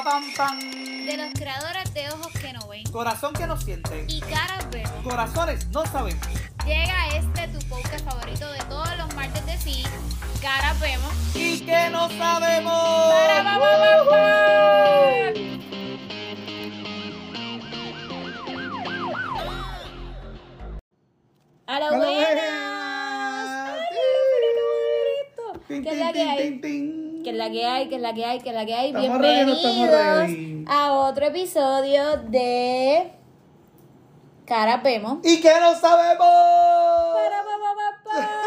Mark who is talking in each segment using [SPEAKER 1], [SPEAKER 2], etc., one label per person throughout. [SPEAKER 1] Rapapapapam,
[SPEAKER 2] de los creadores de ojos que no ven
[SPEAKER 1] Corazón que no siente.
[SPEAKER 2] y caras verdes.
[SPEAKER 1] Corazones no sabemos.
[SPEAKER 2] Llega este tu podcast favorito de todos los martes de sí, caras vemos.
[SPEAKER 1] Y que no sabemos.
[SPEAKER 2] Para, pa, pa, pa, pa. A la
[SPEAKER 1] Hola,
[SPEAKER 2] buena.
[SPEAKER 1] buenas. Tin,
[SPEAKER 2] ¿Qué es la
[SPEAKER 1] tin,
[SPEAKER 2] que hay?
[SPEAKER 1] tin, tin, tin.
[SPEAKER 2] Que es la que hay, que es la que hay, que es la que hay.
[SPEAKER 1] Estamos ready, no
[SPEAKER 2] Bienvenidos
[SPEAKER 1] estamos ready.
[SPEAKER 2] a otro episodio de Caras Vemos.
[SPEAKER 1] Y que no
[SPEAKER 2] Para,
[SPEAKER 1] sabemos.
[SPEAKER 2] pa, pa, pa, pa.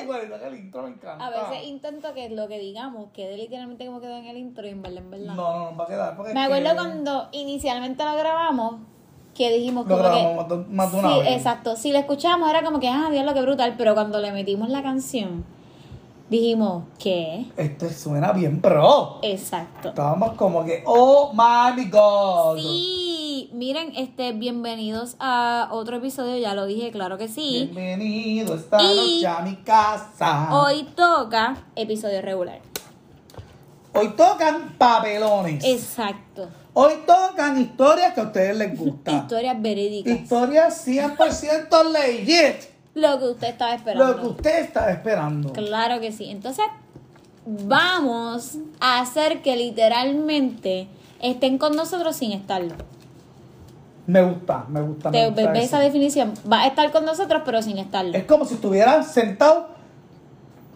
[SPEAKER 1] Ay, bueno, el intro me encanta.
[SPEAKER 2] A veces intento que lo que digamos quede literalmente como quedó en el intro y en verdad, en
[SPEAKER 1] No,
[SPEAKER 2] verdad.
[SPEAKER 1] no, no va a quedar. porque
[SPEAKER 2] Me
[SPEAKER 1] es
[SPEAKER 2] acuerdo
[SPEAKER 1] que
[SPEAKER 2] cuando inicialmente lo grabamos, que dijimos
[SPEAKER 1] Lo
[SPEAKER 2] como
[SPEAKER 1] grabamos
[SPEAKER 2] que...
[SPEAKER 1] más de- más de una
[SPEAKER 2] sí,
[SPEAKER 1] vez.
[SPEAKER 2] exacto. Si lo escuchamos era como que, ah, Dios, lo que brutal. Pero cuando le metimos la canción, dijimos, ¿qué?
[SPEAKER 1] Esto Este suena bien pro.
[SPEAKER 2] Exacto.
[SPEAKER 1] Estábamos como que, oh my god.
[SPEAKER 2] Sí, miren, este, bienvenidos a otro episodio, ya lo dije, claro que sí.
[SPEAKER 1] Bienvenido esta
[SPEAKER 2] Y-
[SPEAKER 1] noche a mi casa.
[SPEAKER 2] Hoy toca episodio regular.
[SPEAKER 1] Hoy tocan papelones.
[SPEAKER 2] Exacto.
[SPEAKER 1] Hoy tocan historias que a ustedes les gustan.
[SPEAKER 2] Historias verídicas.
[SPEAKER 1] historias 100% legit.
[SPEAKER 2] Lo que usted estaba esperando.
[SPEAKER 1] Lo que usted está esperando.
[SPEAKER 2] Claro que sí. Entonces, vamos a hacer que literalmente estén con nosotros sin estarlo.
[SPEAKER 1] Me gusta, me gusta. me
[SPEAKER 2] Te
[SPEAKER 1] gusta
[SPEAKER 2] ves
[SPEAKER 1] eso.
[SPEAKER 2] esa definición. Va a estar con nosotros, pero sin estarlo.
[SPEAKER 1] Es como si estuvieran sentados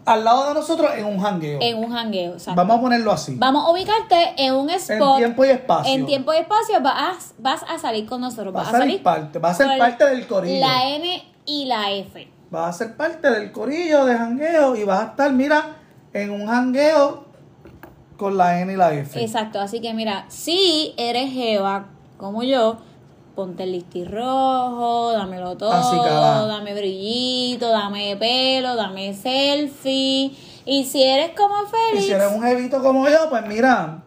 [SPEAKER 1] al lado de nosotros en un hangueo.
[SPEAKER 2] En un jangueo. exacto.
[SPEAKER 1] Vamos a ponerlo así.
[SPEAKER 2] Vamos a ubicarte en un spot.
[SPEAKER 1] tiempo y espacio.
[SPEAKER 2] En tiempo y espacio vas, vas a salir con nosotros.
[SPEAKER 1] Va
[SPEAKER 2] Vas
[SPEAKER 1] a salir parte, va a ser
[SPEAKER 2] con
[SPEAKER 1] parte del corillo.
[SPEAKER 2] La N y la F.
[SPEAKER 1] Vas a ser parte del corillo de jangueo y vas a estar, mira, en un jangueo con la N y la F.
[SPEAKER 2] Exacto, así que mira, si eres Jeva como yo, ponte el rojo, dámelo todo,
[SPEAKER 1] Así que va.
[SPEAKER 2] dame brillito, dame pelo, dame selfie. Y si eres como
[SPEAKER 1] Y
[SPEAKER 2] Félix,
[SPEAKER 1] si eres un jevito como yo, pues mira,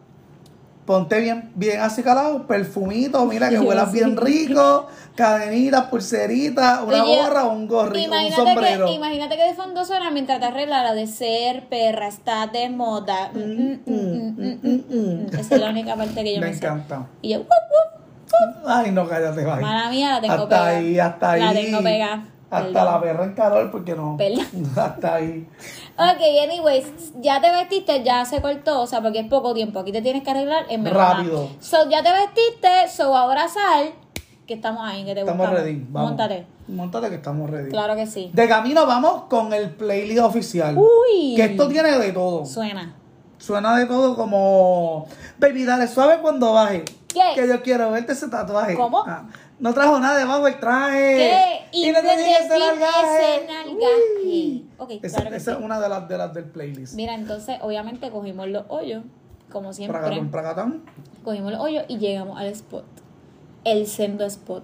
[SPEAKER 1] ponte bien, bien acicalado, perfumito, mira que
[SPEAKER 2] Yo
[SPEAKER 1] huelas
[SPEAKER 2] sí.
[SPEAKER 1] bien rico, cadenitas, pulseritas, una
[SPEAKER 2] oye,
[SPEAKER 1] gorra, un gorrito, un
[SPEAKER 2] imagínate
[SPEAKER 1] sombrero.
[SPEAKER 2] Que, imagínate que de fondo suena mientras te arregla la de ser perra, está de moda. Mm, mm, mm, mm, mm, mm, mm. Esa es la única parte que yo
[SPEAKER 1] Me
[SPEAKER 2] me, sé.
[SPEAKER 1] encanta.
[SPEAKER 2] Y yo, "Wup, wup".
[SPEAKER 1] Ay, no, cállate, bye.
[SPEAKER 2] mala mía, la tengo
[SPEAKER 1] hasta
[SPEAKER 2] pegada.
[SPEAKER 1] ahí, hasta
[SPEAKER 2] La
[SPEAKER 1] ahí.
[SPEAKER 2] tengo pegada.
[SPEAKER 1] Hasta
[SPEAKER 2] Perdón.
[SPEAKER 1] la perra en calor, porque no.
[SPEAKER 2] Perdón.
[SPEAKER 1] Hasta ahí.
[SPEAKER 2] Ok, anyways, ya te vestiste, ya se cortó, o sea, porque es poco tiempo. Aquí te tienes que arreglar en menos
[SPEAKER 1] Rápido.
[SPEAKER 2] nada. So, ya te vestiste, so ahora sal, que estamos ahí, que te
[SPEAKER 1] Estamos
[SPEAKER 2] buscamos.
[SPEAKER 1] ready. Vamos.
[SPEAKER 2] Móntate.
[SPEAKER 1] Móntate que estamos ready.
[SPEAKER 2] Claro que sí.
[SPEAKER 1] De camino vamos con el playlist oficial.
[SPEAKER 2] Uy.
[SPEAKER 1] Que esto tiene de todo.
[SPEAKER 2] Suena.
[SPEAKER 1] Suena de todo como. Baby, dale suave cuando baje.
[SPEAKER 2] ¿Qué?
[SPEAKER 1] Que yo quiero verte ese tatuaje.
[SPEAKER 2] ¿Cómo?
[SPEAKER 1] Ah, no trajo nada debajo el traje.
[SPEAKER 2] ¿Qué?
[SPEAKER 1] Y no te dije ese
[SPEAKER 2] Implementing
[SPEAKER 1] nalgaje.
[SPEAKER 2] ese nalgaje.
[SPEAKER 1] Uy.
[SPEAKER 2] eh. Ok,
[SPEAKER 1] Esa,
[SPEAKER 2] claro que
[SPEAKER 1] esa
[SPEAKER 2] sí.
[SPEAKER 1] es una de las, de las del playlist.
[SPEAKER 2] Mira, entonces, obviamente, cogimos los hoyos, como siempre.
[SPEAKER 1] Pragatón, pragatón.
[SPEAKER 2] Cogimos los hoyos y llegamos al spot. El sendo spot.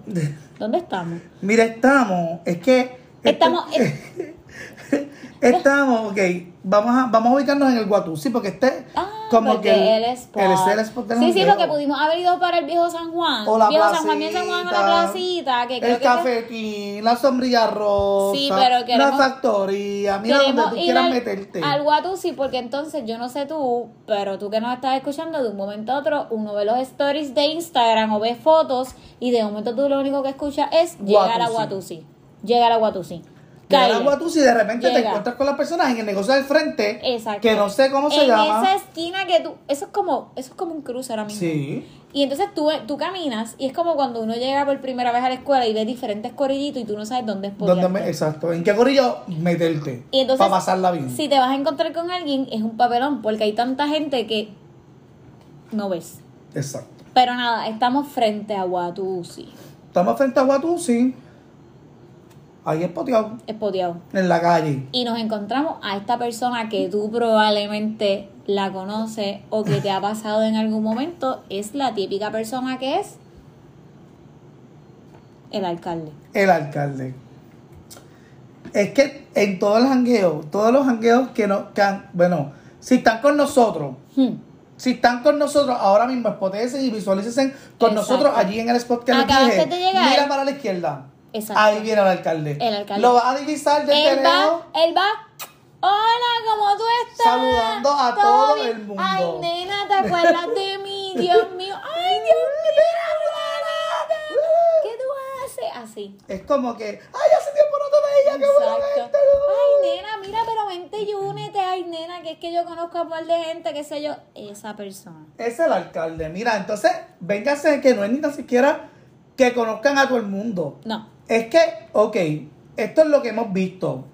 [SPEAKER 2] ¿Dónde estamos?
[SPEAKER 1] Mira, estamos. Es que. este
[SPEAKER 2] Estamos. eh, pues
[SPEAKER 1] Estamos, ok, vamos a, vamos a ubicarnos en el Guatú, sí, porque este
[SPEAKER 2] Ah,
[SPEAKER 1] como que
[SPEAKER 2] porque él es
[SPEAKER 1] el, él es el
[SPEAKER 2] pop.
[SPEAKER 1] spot del
[SPEAKER 2] Sí, sí,
[SPEAKER 1] jangueo.
[SPEAKER 2] lo que pudimos haber ido para el viejo San Juan.
[SPEAKER 1] O la
[SPEAKER 2] viejo
[SPEAKER 1] placita,
[SPEAKER 2] San Juan, viejo San Juan, o la placita, que creo
[SPEAKER 1] el
[SPEAKER 2] que es que
[SPEAKER 1] cafetín, la sombrilla rosa,
[SPEAKER 2] Sí, pero queremos-
[SPEAKER 1] la factoría, mira donde
[SPEAKER 2] queremos
[SPEAKER 1] tú
[SPEAKER 2] ir
[SPEAKER 1] quieras
[SPEAKER 2] al,
[SPEAKER 1] meterte.
[SPEAKER 2] al Guatusi, porque entonces yo no sé tú, pero tú que nos estás escuchando, de un momento a otro, uno ve los stories de Instagram o ve fotos, y de momento tú lo único que escuchas es llegar a
[SPEAKER 1] Guatusi.
[SPEAKER 2] Guatusi. Llegar a Guatusi.
[SPEAKER 1] Llega
[SPEAKER 2] Caile.
[SPEAKER 1] al Guatú, si de repente te
[SPEAKER 2] Llega.
[SPEAKER 1] encuentras con las personas en el negocio del frente,
[SPEAKER 2] Exacto.
[SPEAKER 1] que no sé cómo se
[SPEAKER 2] en
[SPEAKER 1] llama.
[SPEAKER 2] esa esquina que tú. Eso es como, eso es como un cruce ahora mismo.
[SPEAKER 1] Sí,
[SPEAKER 2] Y entonces tú, tú caminas y es como cuando uno llega por primera vez a la escuela y ves diferentes corillitos y tú no sabes dónde es
[SPEAKER 1] donde me- exacto, en qué corrillo meterte
[SPEAKER 2] Y entonces,
[SPEAKER 1] para pasarla bien.
[SPEAKER 2] Si te vas a encontrar con alguien es un papelón porque hay tanta gente que no ves.
[SPEAKER 1] Exacto.
[SPEAKER 2] Pero nada, estamos frente a Watusi.
[SPEAKER 1] Estamos frente a Guatú, sí. Ahí espoteado,
[SPEAKER 2] Espoteado.
[SPEAKER 1] en la calle.
[SPEAKER 2] Y nos encontramos a esta persona que tú probablemente la conoces o que te ha pasado en algún momento. Es la típica persona que es el alcalde.
[SPEAKER 1] El alcalde. Es que en todos los jangueos, todos los jangueos que no, que han- bueno, si están con nosotros,
[SPEAKER 2] Hmm.
[SPEAKER 1] si están con nosotros ahora mismo, espotecen y visualicen con
[SPEAKER 2] Exacto.
[SPEAKER 1] nosotros allí en el spot que les
[SPEAKER 2] Acabaste
[SPEAKER 1] dije.
[SPEAKER 2] de llegar.
[SPEAKER 1] Mira para la izquierda.
[SPEAKER 2] Exacto.
[SPEAKER 1] Ahí viene el alcalde.
[SPEAKER 2] El alcalde.
[SPEAKER 1] Lo vas a divisar desde
[SPEAKER 2] él
[SPEAKER 1] lejos.
[SPEAKER 2] va, él va. Hola, ¿cómo tú estás?
[SPEAKER 1] Saludando a todo el mundo.
[SPEAKER 2] Ay, nena, ¿te acuerdas de mí? Dios mío, ay, Dios mío, ¿qué tú haces? Así.
[SPEAKER 1] Es como que, ay, hace tiempo no te veía, qué bueno
[SPEAKER 2] Exacto.
[SPEAKER 1] verte.
[SPEAKER 2] Ay, nena, mira, pero vente y únete. Ay, nena, que es que yo conozco a un par de gente, qué sé yo. Esa persona.
[SPEAKER 1] Es el alcalde. Mira, entonces, véngase que no es ni tan siquiera que conozcan a todo el mundo.
[SPEAKER 2] No.
[SPEAKER 1] Es que, ok, esto es lo que hemos visto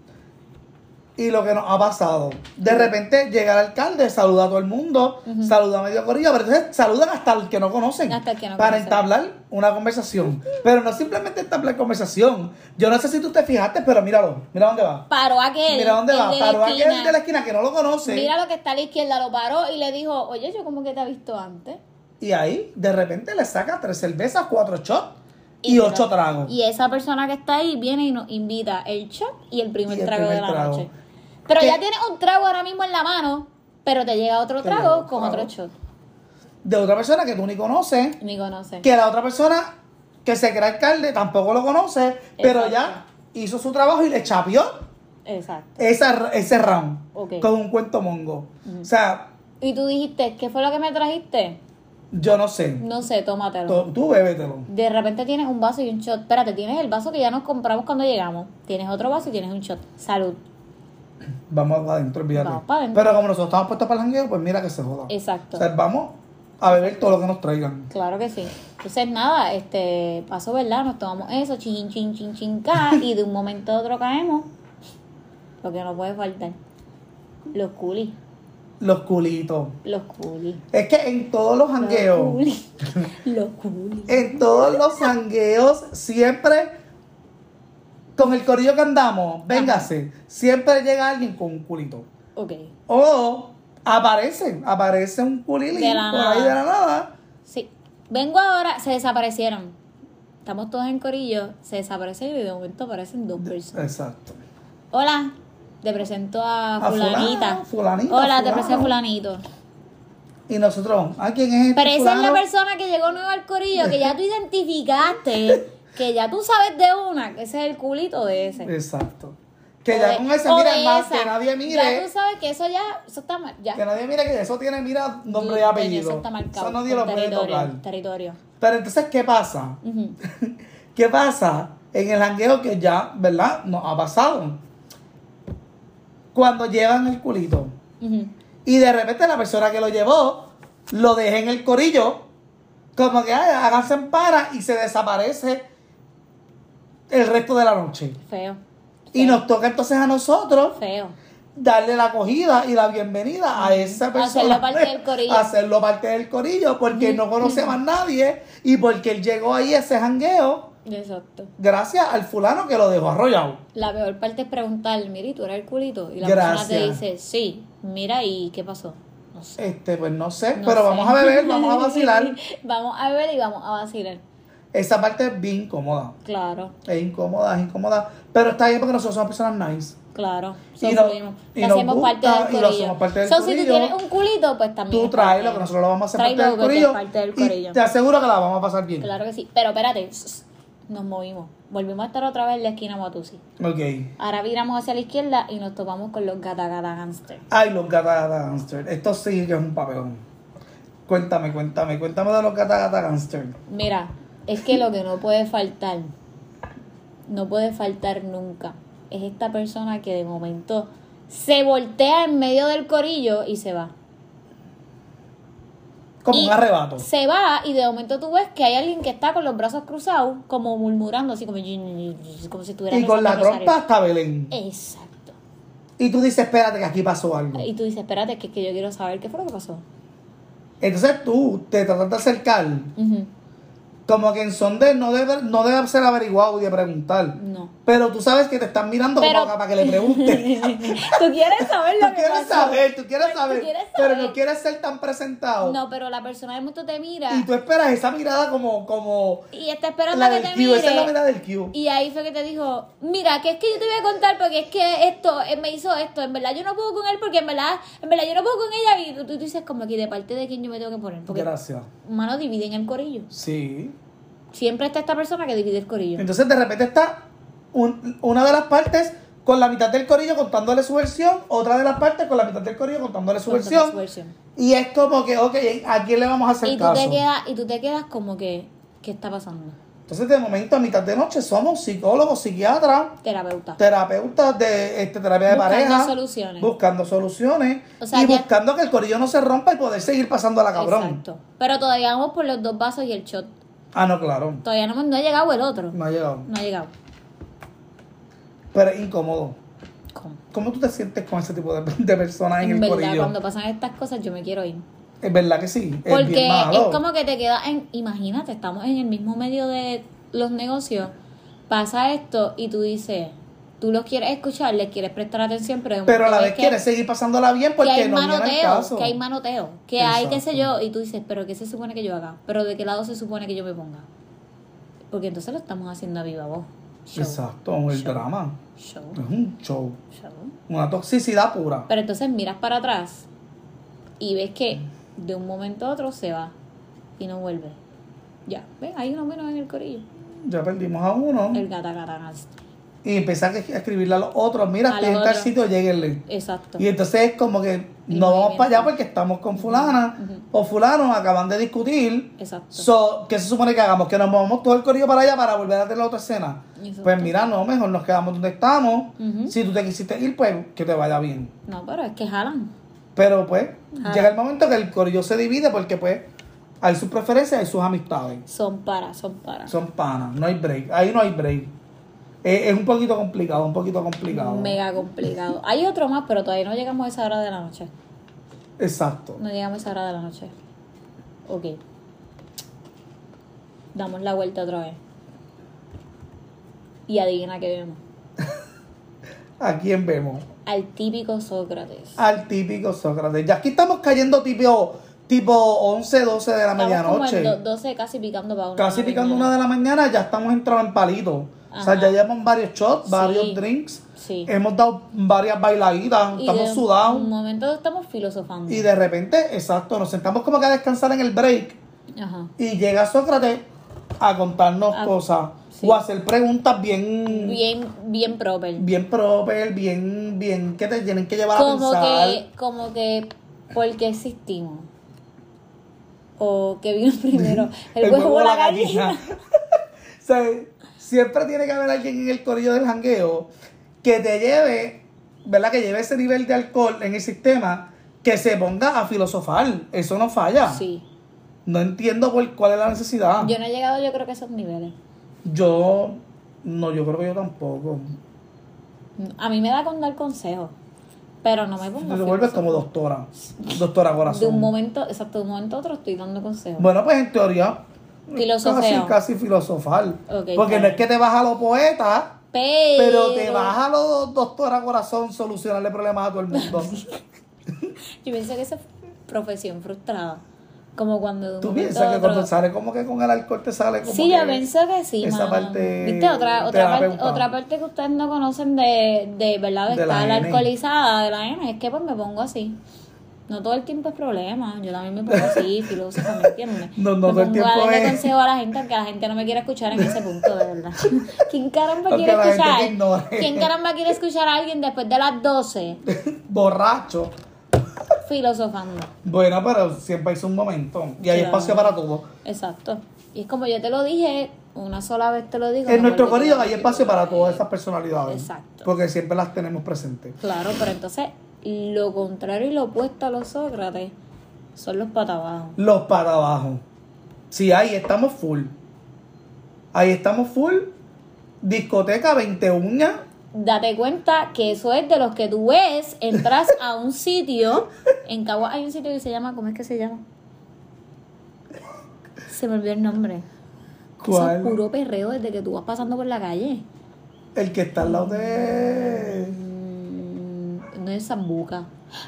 [SPEAKER 1] y lo que nos ha pasado. De repente llega el alcalde, saluda a todo el mundo, saluda a medio corrido, pero entonces saludan hasta el que no conocen.
[SPEAKER 2] Hasta el que no
[SPEAKER 1] para
[SPEAKER 2] conocen.
[SPEAKER 1] entablar una conversación. Pero no simplemente entablar conversación. Yo no sé si tú te fijaste, pero míralo, mira dónde va.
[SPEAKER 2] Paró aquel.
[SPEAKER 1] Mira dónde
[SPEAKER 2] el
[SPEAKER 1] va.
[SPEAKER 2] de la
[SPEAKER 1] Paró
[SPEAKER 2] esquina.
[SPEAKER 1] aquel de la esquina que no lo conoce.
[SPEAKER 2] Mira lo que está a la izquierda, lo paró y le dijo, oye, yo como que te he visto antes.
[SPEAKER 1] Y ahí, de repente, le saca tres cervezas, cuatro shots
[SPEAKER 2] Y
[SPEAKER 1] y,
[SPEAKER 2] mira,
[SPEAKER 1] ocho tragos.
[SPEAKER 2] Y esa persona que está ahí viene y nos invita el shot y el primer
[SPEAKER 1] Y el
[SPEAKER 2] trago de
[SPEAKER 1] primer
[SPEAKER 2] la
[SPEAKER 1] trago.
[SPEAKER 2] noche. Pero
[SPEAKER 1] ¿Qué?
[SPEAKER 2] ya tienes un trago ahora mismo en la mano, pero te llega otro
[SPEAKER 1] Te
[SPEAKER 2] trago
[SPEAKER 1] llega otro
[SPEAKER 2] con
[SPEAKER 1] trago.
[SPEAKER 2] otro shot.
[SPEAKER 1] De otra persona que tú ni conoces,
[SPEAKER 2] Me conoce.
[SPEAKER 1] que la otra persona que se cree alcalde tampoco lo conoce, pero ya hizo su trabajo y le chapió
[SPEAKER 2] Exacto.
[SPEAKER 1] esa, ese round
[SPEAKER 2] Ok. Mm.
[SPEAKER 1] con un cuento mongo. O sea,
[SPEAKER 2] Y tú dijiste, ¿qué fue lo que me trajiste?
[SPEAKER 1] yo no sé.
[SPEAKER 2] No sé, tómatelo.
[SPEAKER 1] Tú, tú bébetelo.
[SPEAKER 2] De repente tienes un vaso y un shot. Espérate, tienes el vaso que ya nos compramos cuando llegamos. Tienes otro vaso y tienes un shot. Salud.
[SPEAKER 1] Vamos para adentro, olvídate.
[SPEAKER 2] Vamos pa' adentro.
[SPEAKER 1] Pero como nosotros estamos puestos para el jangueo, pues mira que se joda.
[SPEAKER 2] Exacto.
[SPEAKER 1] O sea, vamos a beber todo lo que nos traigan.
[SPEAKER 2] Claro que sí. Entonces, nada, este pasó, ¿verdad? Nos tomamos eso, chin, chin, chin, chin, ca, y de un momento a otro caemos. Lo que no puede faltar. Los culis.
[SPEAKER 1] Los culitos.
[SPEAKER 2] Los culis.
[SPEAKER 1] Es que en todos los
[SPEAKER 2] Los
[SPEAKER 1] jangueos.
[SPEAKER 2] culis. Los culis.
[SPEAKER 1] en todos los sangueos, siempre con el corillo que andamos, véngase, siempre llega alguien con un culito.
[SPEAKER 2] Ok.
[SPEAKER 1] O aparece, aparece un culilín
[SPEAKER 2] De la
[SPEAKER 1] por ahí de la
[SPEAKER 2] nada.
[SPEAKER 1] nada.
[SPEAKER 2] Sí. Vengo ahora, se desaparecieron. Estamos todos en corillo, se desaparecieron y de momento aparecen dos personas.
[SPEAKER 1] Exacto.
[SPEAKER 2] Hola, te presento a
[SPEAKER 1] A fulano,
[SPEAKER 2] fulanita.
[SPEAKER 1] fulanita,
[SPEAKER 2] Hola, te presento a
[SPEAKER 1] fulano.
[SPEAKER 2] fulanito.
[SPEAKER 1] Y nosotros, ¿a quién es este
[SPEAKER 2] Pero esa es la
[SPEAKER 1] fulano?
[SPEAKER 2] persona que llegó nueva al corillo, que ya tú identificaste, que ya tú sabes de una, que ese es el culito de ese.
[SPEAKER 1] Exacto. Que
[SPEAKER 2] O
[SPEAKER 1] ya
[SPEAKER 2] de-
[SPEAKER 1] con ese,
[SPEAKER 2] o
[SPEAKER 1] mira,
[SPEAKER 2] de
[SPEAKER 1] más
[SPEAKER 2] esa.
[SPEAKER 1] que nadie
[SPEAKER 2] Ya
[SPEAKER 1] mire,
[SPEAKER 2] tú sabes que eso ya, eso está mal, ya.
[SPEAKER 1] que nadie mire que eso tiene, mira, nombre y
[SPEAKER 2] Dueño,
[SPEAKER 1] apellido.
[SPEAKER 2] Eso está marcado.
[SPEAKER 1] Eso nadie lo
[SPEAKER 2] con
[SPEAKER 1] puede
[SPEAKER 2] territorio,
[SPEAKER 1] tocar.
[SPEAKER 2] Territorio.
[SPEAKER 1] Pero entonces, ¿qué pasa?
[SPEAKER 2] Ujú.
[SPEAKER 1] ¿Qué pasa en el jangueo que ya, ¿verdad? Nos ha pasado. Cuando llevan el culito
[SPEAKER 2] Ujú.
[SPEAKER 1] y de repente la persona que lo llevó lo deja en el corillo, como que ay, háganse en para y se desaparece el resto de la noche.
[SPEAKER 2] Feo.
[SPEAKER 1] Y nos toca entonces a nosotros
[SPEAKER 2] Feo.
[SPEAKER 1] darle la acogida y la bienvenida a esa persona.
[SPEAKER 2] Hacerlo parte del corillo.
[SPEAKER 1] Hacerlo parte del corillo porque no conoce más nadie y porque él llegó ahí a ese jangueo
[SPEAKER 2] Exacto.
[SPEAKER 1] gracias al fulano que lo dejó arrollado.
[SPEAKER 2] La peor parte es preguntar, mira, ¿y tú eres el culito? Y la persona te
[SPEAKER 1] Gracias.
[SPEAKER 2] dice, sí, mira, ¿y qué pasó? No sé.
[SPEAKER 1] Este, pues no sé,
[SPEAKER 2] No
[SPEAKER 1] pero
[SPEAKER 2] sé.
[SPEAKER 1] vamos a beber, vamos a vacilar.
[SPEAKER 2] vamos a beber y vamos a vacilar.
[SPEAKER 1] Esa parte es bien incómoda.
[SPEAKER 2] Claro,
[SPEAKER 1] Es incómoda, es incómoda. Pero está bien porque nosotros somos personas nice.
[SPEAKER 2] claro.
[SPEAKER 1] Y
[SPEAKER 2] So,
[SPEAKER 1] no-
[SPEAKER 2] fuimos.
[SPEAKER 1] y
[SPEAKER 2] Que
[SPEAKER 1] nos
[SPEAKER 2] hacemos
[SPEAKER 1] gusta,
[SPEAKER 2] parte del
[SPEAKER 1] y lo
[SPEAKER 2] corillo.
[SPEAKER 1] hacemos parte del
[SPEAKER 2] So, si tú
[SPEAKER 1] corillo.
[SPEAKER 2] tienes un culito, pues también.
[SPEAKER 1] Tú
[SPEAKER 2] es
[SPEAKER 1] traes
[SPEAKER 2] parte.
[SPEAKER 1] lo que nosotros lo vamos a hacer
[SPEAKER 2] Trae
[SPEAKER 1] parte del,
[SPEAKER 2] lo que es
[SPEAKER 1] corillo,
[SPEAKER 2] parte del
[SPEAKER 1] Y
[SPEAKER 2] corillo.
[SPEAKER 1] te aseguro que la vamos a pasar bien.
[SPEAKER 2] Claro que sí. Pero espérate, s- nos movimos. Volvimos a estar otra vez en la esquina Matusi.
[SPEAKER 1] Ok.
[SPEAKER 2] Ahora viramos hacia la izquierda y nos topamos con los gata gata gangster.
[SPEAKER 1] Ay, los gata gata gangster. Esto sí que es un papelón. Cuéntame, cuéntame, cuéntame de los gata gata gangster.
[SPEAKER 2] Mira, es que lo que no puede faltar, no puede faltar nunca, es esta persona que de momento se voltea en medio del corillo y se va.
[SPEAKER 1] Como
[SPEAKER 2] Y
[SPEAKER 1] un arrebato.
[SPEAKER 2] Se va y de momento tú ves que hay alguien que está con los brazos cruzados, como murmurando, así como, como si estuviera
[SPEAKER 1] Y con la
[SPEAKER 2] rezando
[SPEAKER 1] trompa
[SPEAKER 2] el rosario. Eh.
[SPEAKER 1] hasta Belén.
[SPEAKER 2] Exacto.
[SPEAKER 1] Y tú dices, espérate que aquí pasó algo.
[SPEAKER 2] Y tú dices, espérate, que es que yo quiero saber qué fue lo que pasó.
[SPEAKER 1] Entonces tú te tratas de acercar,
[SPEAKER 2] Ujú.
[SPEAKER 1] como que en son de no debe, no debe ser averiguado y de preguntar.
[SPEAKER 2] No.
[SPEAKER 1] Pero tú sabes que te están mirando como
[SPEAKER 2] Pero-
[SPEAKER 1] acá para que le preguntes.
[SPEAKER 2] tú quieres saber
[SPEAKER 1] tú
[SPEAKER 2] lo que
[SPEAKER 1] quieres
[SPEAKER 2] pasó.
[SPEAKER 1] saber, tú quieres
[SPEAKER 2] Pero tú
[SPEAKER 1] saber,
[SPEAKER 2] quieres
[SPEAKER 1] pero
[SPEAKER 2] saber.
[SPEAKER 1] no quieres ser tan presentado.
[SPEAKER 2] No, pero la persona de momento te mira
[SPEAKER 1] Y tú esperas esa mirada como, como
[SPEAKER 2] y está esperando
[SPEAKER 1] la
[SPEAKER 2] que
[SPEAKER 1] del
[SPEAKER 2] te
[SPEAKER 1] Q,
[SPEAKER 2] mire.
[SPEAKER 1] esa es la mirada del Q.
[SPEAKER 2] Y ahí fue que te dijo, mira, que es que yo te voy a contar porque es que esto, eh, me hizo esto, en verdad yo no puedo con él porque en verdad, en verdad yo no puedo con ella y tú, tú dices como aquí de parte de quién yo me tengo que poner. Porque
[SPEAKER 1] Gracias.
[SPEAKER 2] humanos dividen el corillo.
[SPEAKER 1] Sí.
[SPEAKER 2] Siempre está esta persona que divide el corillo.
[SPEAKER 1] Entonces de repente está un- una de las partes con la mitad del corillo contándole su versión, otra de las partes con la mitad del corillo contándole su,
[SPEAKER 2] Contándole
[SPEAKER 1] versión,
[SPEAKER 2] su versión.
[SPEAKER 1] Y es como que, ok, ¿a quién le vamos a hacer
[SPEAKER 2] Y tú,
[SPEAKER 1] caso?
[SPEAKER 2] te quedas, y tú te quedas como que, ¿qué está pasando?
[SPEAKER 1] Entonces, de momento, a mitad de noche, somos psicólogos, psiquiatras,
[SPEAKER 2] Terapeuta.
[SPEAKER 1] terapeutas de este, terapia de
[SPEAKER 2] Buscando
[SPEAKER 1] pareja.
[SPEAKER 2] soluciones.
[SPEAKER 1] Buscando soluciones.
[SPEAKER 2] O sea,
[SPEAKER 1] y
[SPEAKER 2] ya-
[SPEAKER 1] buscando que el corillo no se rompa y poder seguir pasando a la cabrón.
[SPEAKER 2] Exacto. Pero todavía vamos por los dos vasos y el shot.
[SPEAKER 1] Ah, no, claro.
[SPEAKER 2] Todavía no, no ha llegado el otro.
[SPEAKER 1] No ha llegado.
[SPEAKER 2] No ha llegado.
[SPEAKER 1] Pero es incómodo.
[SPEAKER 2] ¿Cómo?
[SPEAKER 1] ¿Cómo tú te sientes con ese tipo de, de personas en,
[SPEAKER 2] En
[SPEAKER 1] el
[SPEAKER 2] verdad,
[SPEAKER 1] corillo?
[SPEAKER 2] cuando pasan estas cosas, yo me quiero ir.
[SPEAKER 1] Es verdad que sí. Es
[SPEAKER 2] Porque
[SPEAKER 1] bien malo.
[SPEAKER 2] es como que te quedas en. Imagínate, estamos en el mismo medio de los negocios. Pasa esto y tú dices, tú los quieres escuchar, les quieres prestar atención, pero. de un
[SPEAKER 1] Pero a la
[SPEAKER 2] momento
[SPEAKER 1] vez
[SPEAKER 2] ves que-
[SPEAKER 1] quieres seguir pasándola bien
[SPEAKER 2] que
[SPEAKER 1] porque
[SPEAKER 2] hay
[SPEAKER 1] no viene el
[SPEAKER 2] manoteo,
[SPEAKER 1] caso.
[SPEAKER 2] que hay manoteo, que hay qué sé
[SPEAKER 1] Exacto.
[SPEAKER 2] yo, y tú dices, pero qué se supone que yo haga, pero de qué lado se supone que yo me ponga. Porque entonces lo estamos haciendo a viva voz. Show,
[SPEAKER 1] Exacto, el drama.
[SPEAKER 2] show,
[SPEAKER 1] Es un show.
[SPEAKER 2] show.
[SPEAKER 1] Una toxicidad pura.
[SPEAKER 2] Pero entonces miras para atrás y ves que de un momento a otro se va y no vuelve. Ya, ves, hay uno menos en el corillo.
[SPEAKER 1] Ya perdimos a uno.
[SPEAKER 2] El gata gata gas.
[SPEAKER 1] Y empezar a escribirle a los otros. Mira,
[SPEAKER 2] A
[SPEAKER 1] estoy
[SPEAKER 2] los
[SPEAKER 1] en tal
[SPEAKER 2] otros.
[SPEAKER 1] sitio, lléguenle.
[SPEAKER 2] Exacto.
[SPEAKER 1] Y entonces es como que
[SPEAKER 2] Y
[SPEAKER 1] no vamos
[SPEAKER 2] movimiento.
[SPEAKER 1] para allá porque estamos con fulana o fulano, acaban de discutir.
[SPEAKER 2] Exacto.
[SPEAKER 1] So, ¿Qué se supone que hagamos? Que nos movamos todo el corillo para allá para volver a tener la otra escena.
[SPEAKER 2] Exacto.
[SPEAKER 1] Pues mira, no, mejor nos quedamos donde estamos.
[SPEAKER 2] Ujú.
[SPEAKER 1] Si tú te quisiste ir, pues que te vaya bien.
[SPEAKER 2] No, pero es que jalan.
[SPEAKER 1] Pero pues
[SPEAKER 2] Ah.
[SPEAKER 1] llega el momento que el corillo se divide porque pues hay sus preferencias y sus amistades.
[SPEAKER 2] Son para, son para.
[SPEAKER 1] Son panas, no hay break. Ahí no hay break. Eh, es un poquito complicado, un poquito complicado.
[SPEAKER 2] Mega complicado. Hay otro más, pero todavía no llegamos a esa hora de la noche.
[SPEAKER 1] Exacto.
[SPEAKER 2] No llegamos a esa hora de la noche. Ok. Damos la vuelta otra vez. Y adivina qué vemos.
[SPEAKER 1] ¿A quién vemos?
[SPEAKER 2] Al típico Sócrates.
[SPEAKER 1] Al típico Sócrates. Ya aquí estamos cayendo tipo, tipo 11, 12 de la
[SPEAKER 2] Estamos como
[SPEAKER 1] medianoche.
[SPEAKER 2] en do- 12 casi picando para una.
[SPEAKER 1] Casi picando una de la mañana, ya estamos entrados en palito. O sea,
[SPEAKER 2] Ajá.
[SPEAKER 1] ya llevamos varios shots,
[SPEAKER 2] Sí.
[SPEAKER 1] varios drinks.
[SPEAKER 2] Sí.
[SPEAKER 1] Hemos dado varias bailaditas,
[SPEAKER 2] Y
[SPEAKER 1] Eh, estamos
[SPEAKER 2] de Mm.
[SPEAKER 1] sudados.
[SPEAKER 2] Un momento estamos filosofando.
[SPEAKER 1] Y de repente, exacto, nos sentamos como que a descansar en el break.
[SPEAKER 2] Ajá.
[SPEAKER 1] Y llega Sócrates a contarnos
[SPEAKER 2] Ah,
[SPEAKER 1] cosas.
[SPEAKER 2] sí.
[SPEAKER 1] O a hacer preguntas bien, bien,
[SPEAKER 2] Bien, bien proper.
[SPEAKER 1] proper, bien, bien, que te tienen que llevar
[SPEAKER 2] como
[SPEAKER 1] a pensar.
[SPEAKER 2] que, como que, ¿por qué existimos? O que vino primero, el, huevo, o la gallina.
[SPEAKER 1] O sea, siempre tiene que haber alguien en el corillo del jangueo que te lleve, ¿verdad? Que lleve ese nivel de alcohol en el sistema, que se ponga a filosofar. Eso no falla.
[SPEAKER 2] Sí.
[SPEAKER 1] No entiendo por cuál es la necesidad.
[SPEAKER 2] Yo no he llegado, yo creo que a esos niveles.
[SPEAKER 1] Yo, no, yo creo que yo tampoco.
[SPEAKER 2] A mí me da con dar consejos, pero no me pongo
[SPEAKER 1] Tú te vuelves como
[SPEAKER 2] filósofa.
[SPEAKER 1] doctora. Doctora corazón.
[SPEAKER 2] De un momento, exacto, de un momento a otro estoy dando consejos.
[SPEAKER 1] Bueno, pues en teoría.
[SPEAKER 2] Filosofeo.
[SPEAKER 1] Casi, casi filosofal.
[SPEAKER 2] Ok,
[SPEAKER 1] Porque
[SPEAKER 2] está
[SPEAKER 1] no
[SPEAKER 2] bien.
[SPEAKER 1] es que te vas a lo poeta,
[SPEAKER 2] pero,
[SPEAKER 1] pero te vas a lo doctora corazón solucionarle problemas a todo el mundo.
[SPEAKER 2] Yo pienso que esa es profesión frustrada. Como cuando de un
[SPEAKER 1] Tú
[SPEAKER 2] momento
[SPEAKER 1] piensas
[SPEAKER 2] a
[SPEAKER 1] que
[SPEAKER 2] otro-
[SPEAKER 1] cuando sale como que con el alcohol te sale como
[SPEAKER 2] Sí,
[SPEAKER 1] que
[SPEAKER 2] yo pienso que sí,
[SPEAKER 1] esa
[SPEAKER 2] mano.
[SPEAKER 1] parte
[SPEAKER 2] ¿Viste? Otra, otra, parte,
[SPEAKER 1] terapeuta.
[SPEAKER 2] otra parte que ustedes no conocen de, de ¿verdad? De,
[SPEAKER 1] De la
[SPEAKER 2] estar
[SPEAKER 1] N.
[SPEAKER 2] alcoholizada, de la N, es que pues me pongo así. No todo el tiempo es problema, yo también me pongo así, filósofa, ¿me entiendes?
[SPEAKER 1] No, no
[SPEAKER 2] me
[SPEAKER 1] todo el
[SPEAKER 2] pongo a
[SPEAKER 1] tiempo
[SPEAKER 2] darle
[SPEAKER 1] es.
[SPEAKER 2] consejo a la gente, aunque la gente no me quiere escuchar en ese punto, de verdad. ¿Quién caramba
[SPEAKER 1] Aunque
[SPEAKER 2] quiere
[SPEAKER 1] la gente te
[SPEAKER 2] escuchar?
[SPEAKER 1] ignore.
[SPEAKER 2] ¿Quién caramba quiere escuchar a alguien después de las 12
[SPEAKER 1] borracho.
[SPEAKER 2] filosofando?
[SPEAKER 1] Bueno, pero siempre es un momento y hay
[SPEAKER 2] Claro.
[SPEAKER 1] espacio para todo.
[SPEAKER 2] Exacto. Y es como yo te lo dije, una sola vez te lo digo.
[SPEAKER 1] En
[SPEAKER 2] no
[SPEAKER 1] nuestro
[SPEAKER 2] vuelvo y te
[SPEAKER 1] corillo
[SPEAKER 2] lo
[SPEAKER 1] hay
[SPEAKER 2] digo.
[SPEAKER 1] espacio para todas esas personalidades.
[SPEAKER 2] Exacto.
[SPEAKER 1] Porque siempre las tenemos presentes.
[SPEAKER 2] Claro, pero entonces lo contrario y lo opuesto a los Sócrates son los patabajos.
[SPEAKER 1] Los para abajo. Sí, ahí estamos full. Ahí estamos full. Discoteca 21 uñas.
[SPEAKER 2] Date cuenta que eso es de los que tú ves, entras a un sitio, en Cagua hay un sitio que se llama, ¿cómo es que se llama? Se me olvidó el nombre. Eso es
[SPEAKER 1] ¿Cuál?
[SPEAKER 2] puro perreo desde que tú vas pasando por la calle.
[SPEAKER 1] El que está al lado de.
[SPEAKER 2] Mm, No es Zambuca.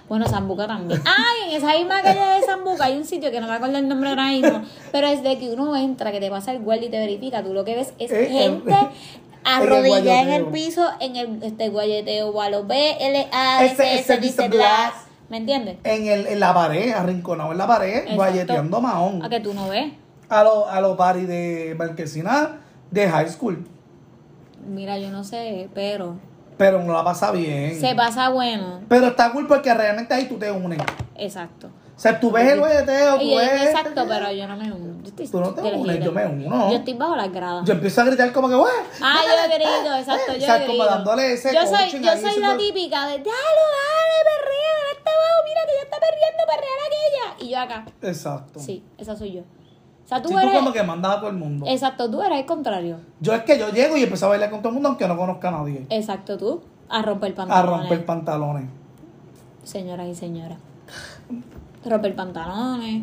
[SPEAKER 2] Bueno, Zambuca también. Ay, en esa misma calle de Zambuca hay un sitio que no me acuerdo el nombre ahora mismo. Pero desde que uno entra, que te pasa el guardia y te verifica, tú lo que ves es
[SPEAKER 1] Eh, eh,
[SPEAKER 2] gente
[SPEAKER 1] el
[SPEAKER 2] arrodillada en el
[SPEAKER 1] guayoteo.
[SPEAKER 2] piso, en el este guayeteo, o a los B, L, A,
[SPEAKER 1] Ese-
[SPEAKER 2] S,
[SPEAKER 1] ese
[SPEAKER 2] S,
[SPEAKER 1] dice
[SPEAKER 2] dice
[SPEAKER 1] Blas.
[SPEAKER 2] Blas. ¿Me entiendes?
[SPEAKER 1] En, el, en la pared, arrinconado en la pared,
[SPEAKER 2] Exacto.
[SPEAKER 1] guayeteando mahón.
[SPEAKER 2] A que tú no ves.
[SPEAKER 1] a los a lo party de Marquesina de high school.
[SPEAKER 2] Mira, yo no sé, pero
[SPEAKER 1] pero uno la pasa bien.
[SPEAKER 2] Se pasa bueno.
[SPEAKER 1] Pero está cool porque realmente ahí tú te unes. O
[SPEAKER 2] exacto.
[SPEAKER 1] sea, tú ves el guayeteo,
[SPEAKER 2] Y
[SPEAKER 1] tú
[SPEAKER 2] yo
[SPEAKER 1] ves...
[SPEAKER 2] digo, exacto, pero yo no me uno. Yo estoy,
[SPEAKER 1] Tú no te
[SPEAKER 2] yo les
[SPEAKER 1] unes,
[SPEAKER 2] grito.
[SPEAKER 1] yo me uno.
[SPEAKER 2] Yo estoy bajo las gradas.
[SPEAKER 1] Yo empiezo a gritar como que, güey.
[SPEAKER 2] Ah, yo grito, exacto, yo
[SPEAKER 1] Exacto, como
[SPEAKER 2] grito.
[SPEAKER 1] dándole ese
[SPEAKER 2] yo soy,
[SPEAKER 1] coaching
[SPEAKER 2] yo
[SPEAKER 1] ahí,
[SPEAKER 2] soy
[SPEAKER 1] ese
[SPEAKER 2] la
[SPEAKER 1] todo.
[SPEAKER 2] típica de, dale, dale, perrea, dale hasta abajo, mira que ya está perdiendo, perrear aquella. Y yo acá,
[SPEAKER 1] Exacto.
[SPEAKER 2] sí, esa soy yo. O sea, tú
[SPEAKER 1] Sí, tú
[SPEAKER 2] eres,
[SPEAKER 1] como que mandas a todo el mundo.
[SPEAKER 2] exacto, tú eres el contrario.
[SPEAKER 1] Yo es que yo llego y empiezo a bailar con todo el mundo aunque no conozca a nadie.
[SPEAKER 2] Exacto, tú, a romper
[SPEAKER 1] A
[SPEAKER 2] pantalones.
[SPEAKER 1] romper pantalones.
[SPEAKER 2] Señoras y señores. Romper pantalones,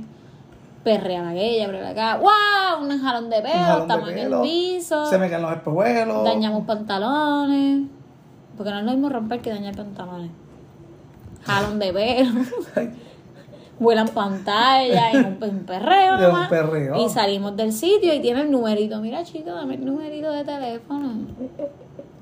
[SPEAKER 2] perrear aquella, perrear acá. ¡Wow! Un jalón de
[SPEAKER 1] Un
[SPEAKER 2] pelo,
[SPEAKER 1] jalón de
[SPEAKER 2] Eh, estamos en el
[SPEAKER 1] pelo,
[SPEAKER 2] piso.
[SPEAKER 1] Se me caen los espejuelos.
[SPEAKER 2] Dañamos pantalones. Porque no es lo mismo romper que dañar pantalones. Jalón de pelo. Vuelan pantallas en un, en un perreo.
[SPEAKER 1] De un
[SPEAKER 2] nomás,
[SPEAKER 1] perreo.
[SPEAKER 2] Y salimos del sitio y tiene el numerito. Mira, chico, dame el numerito de teléfono.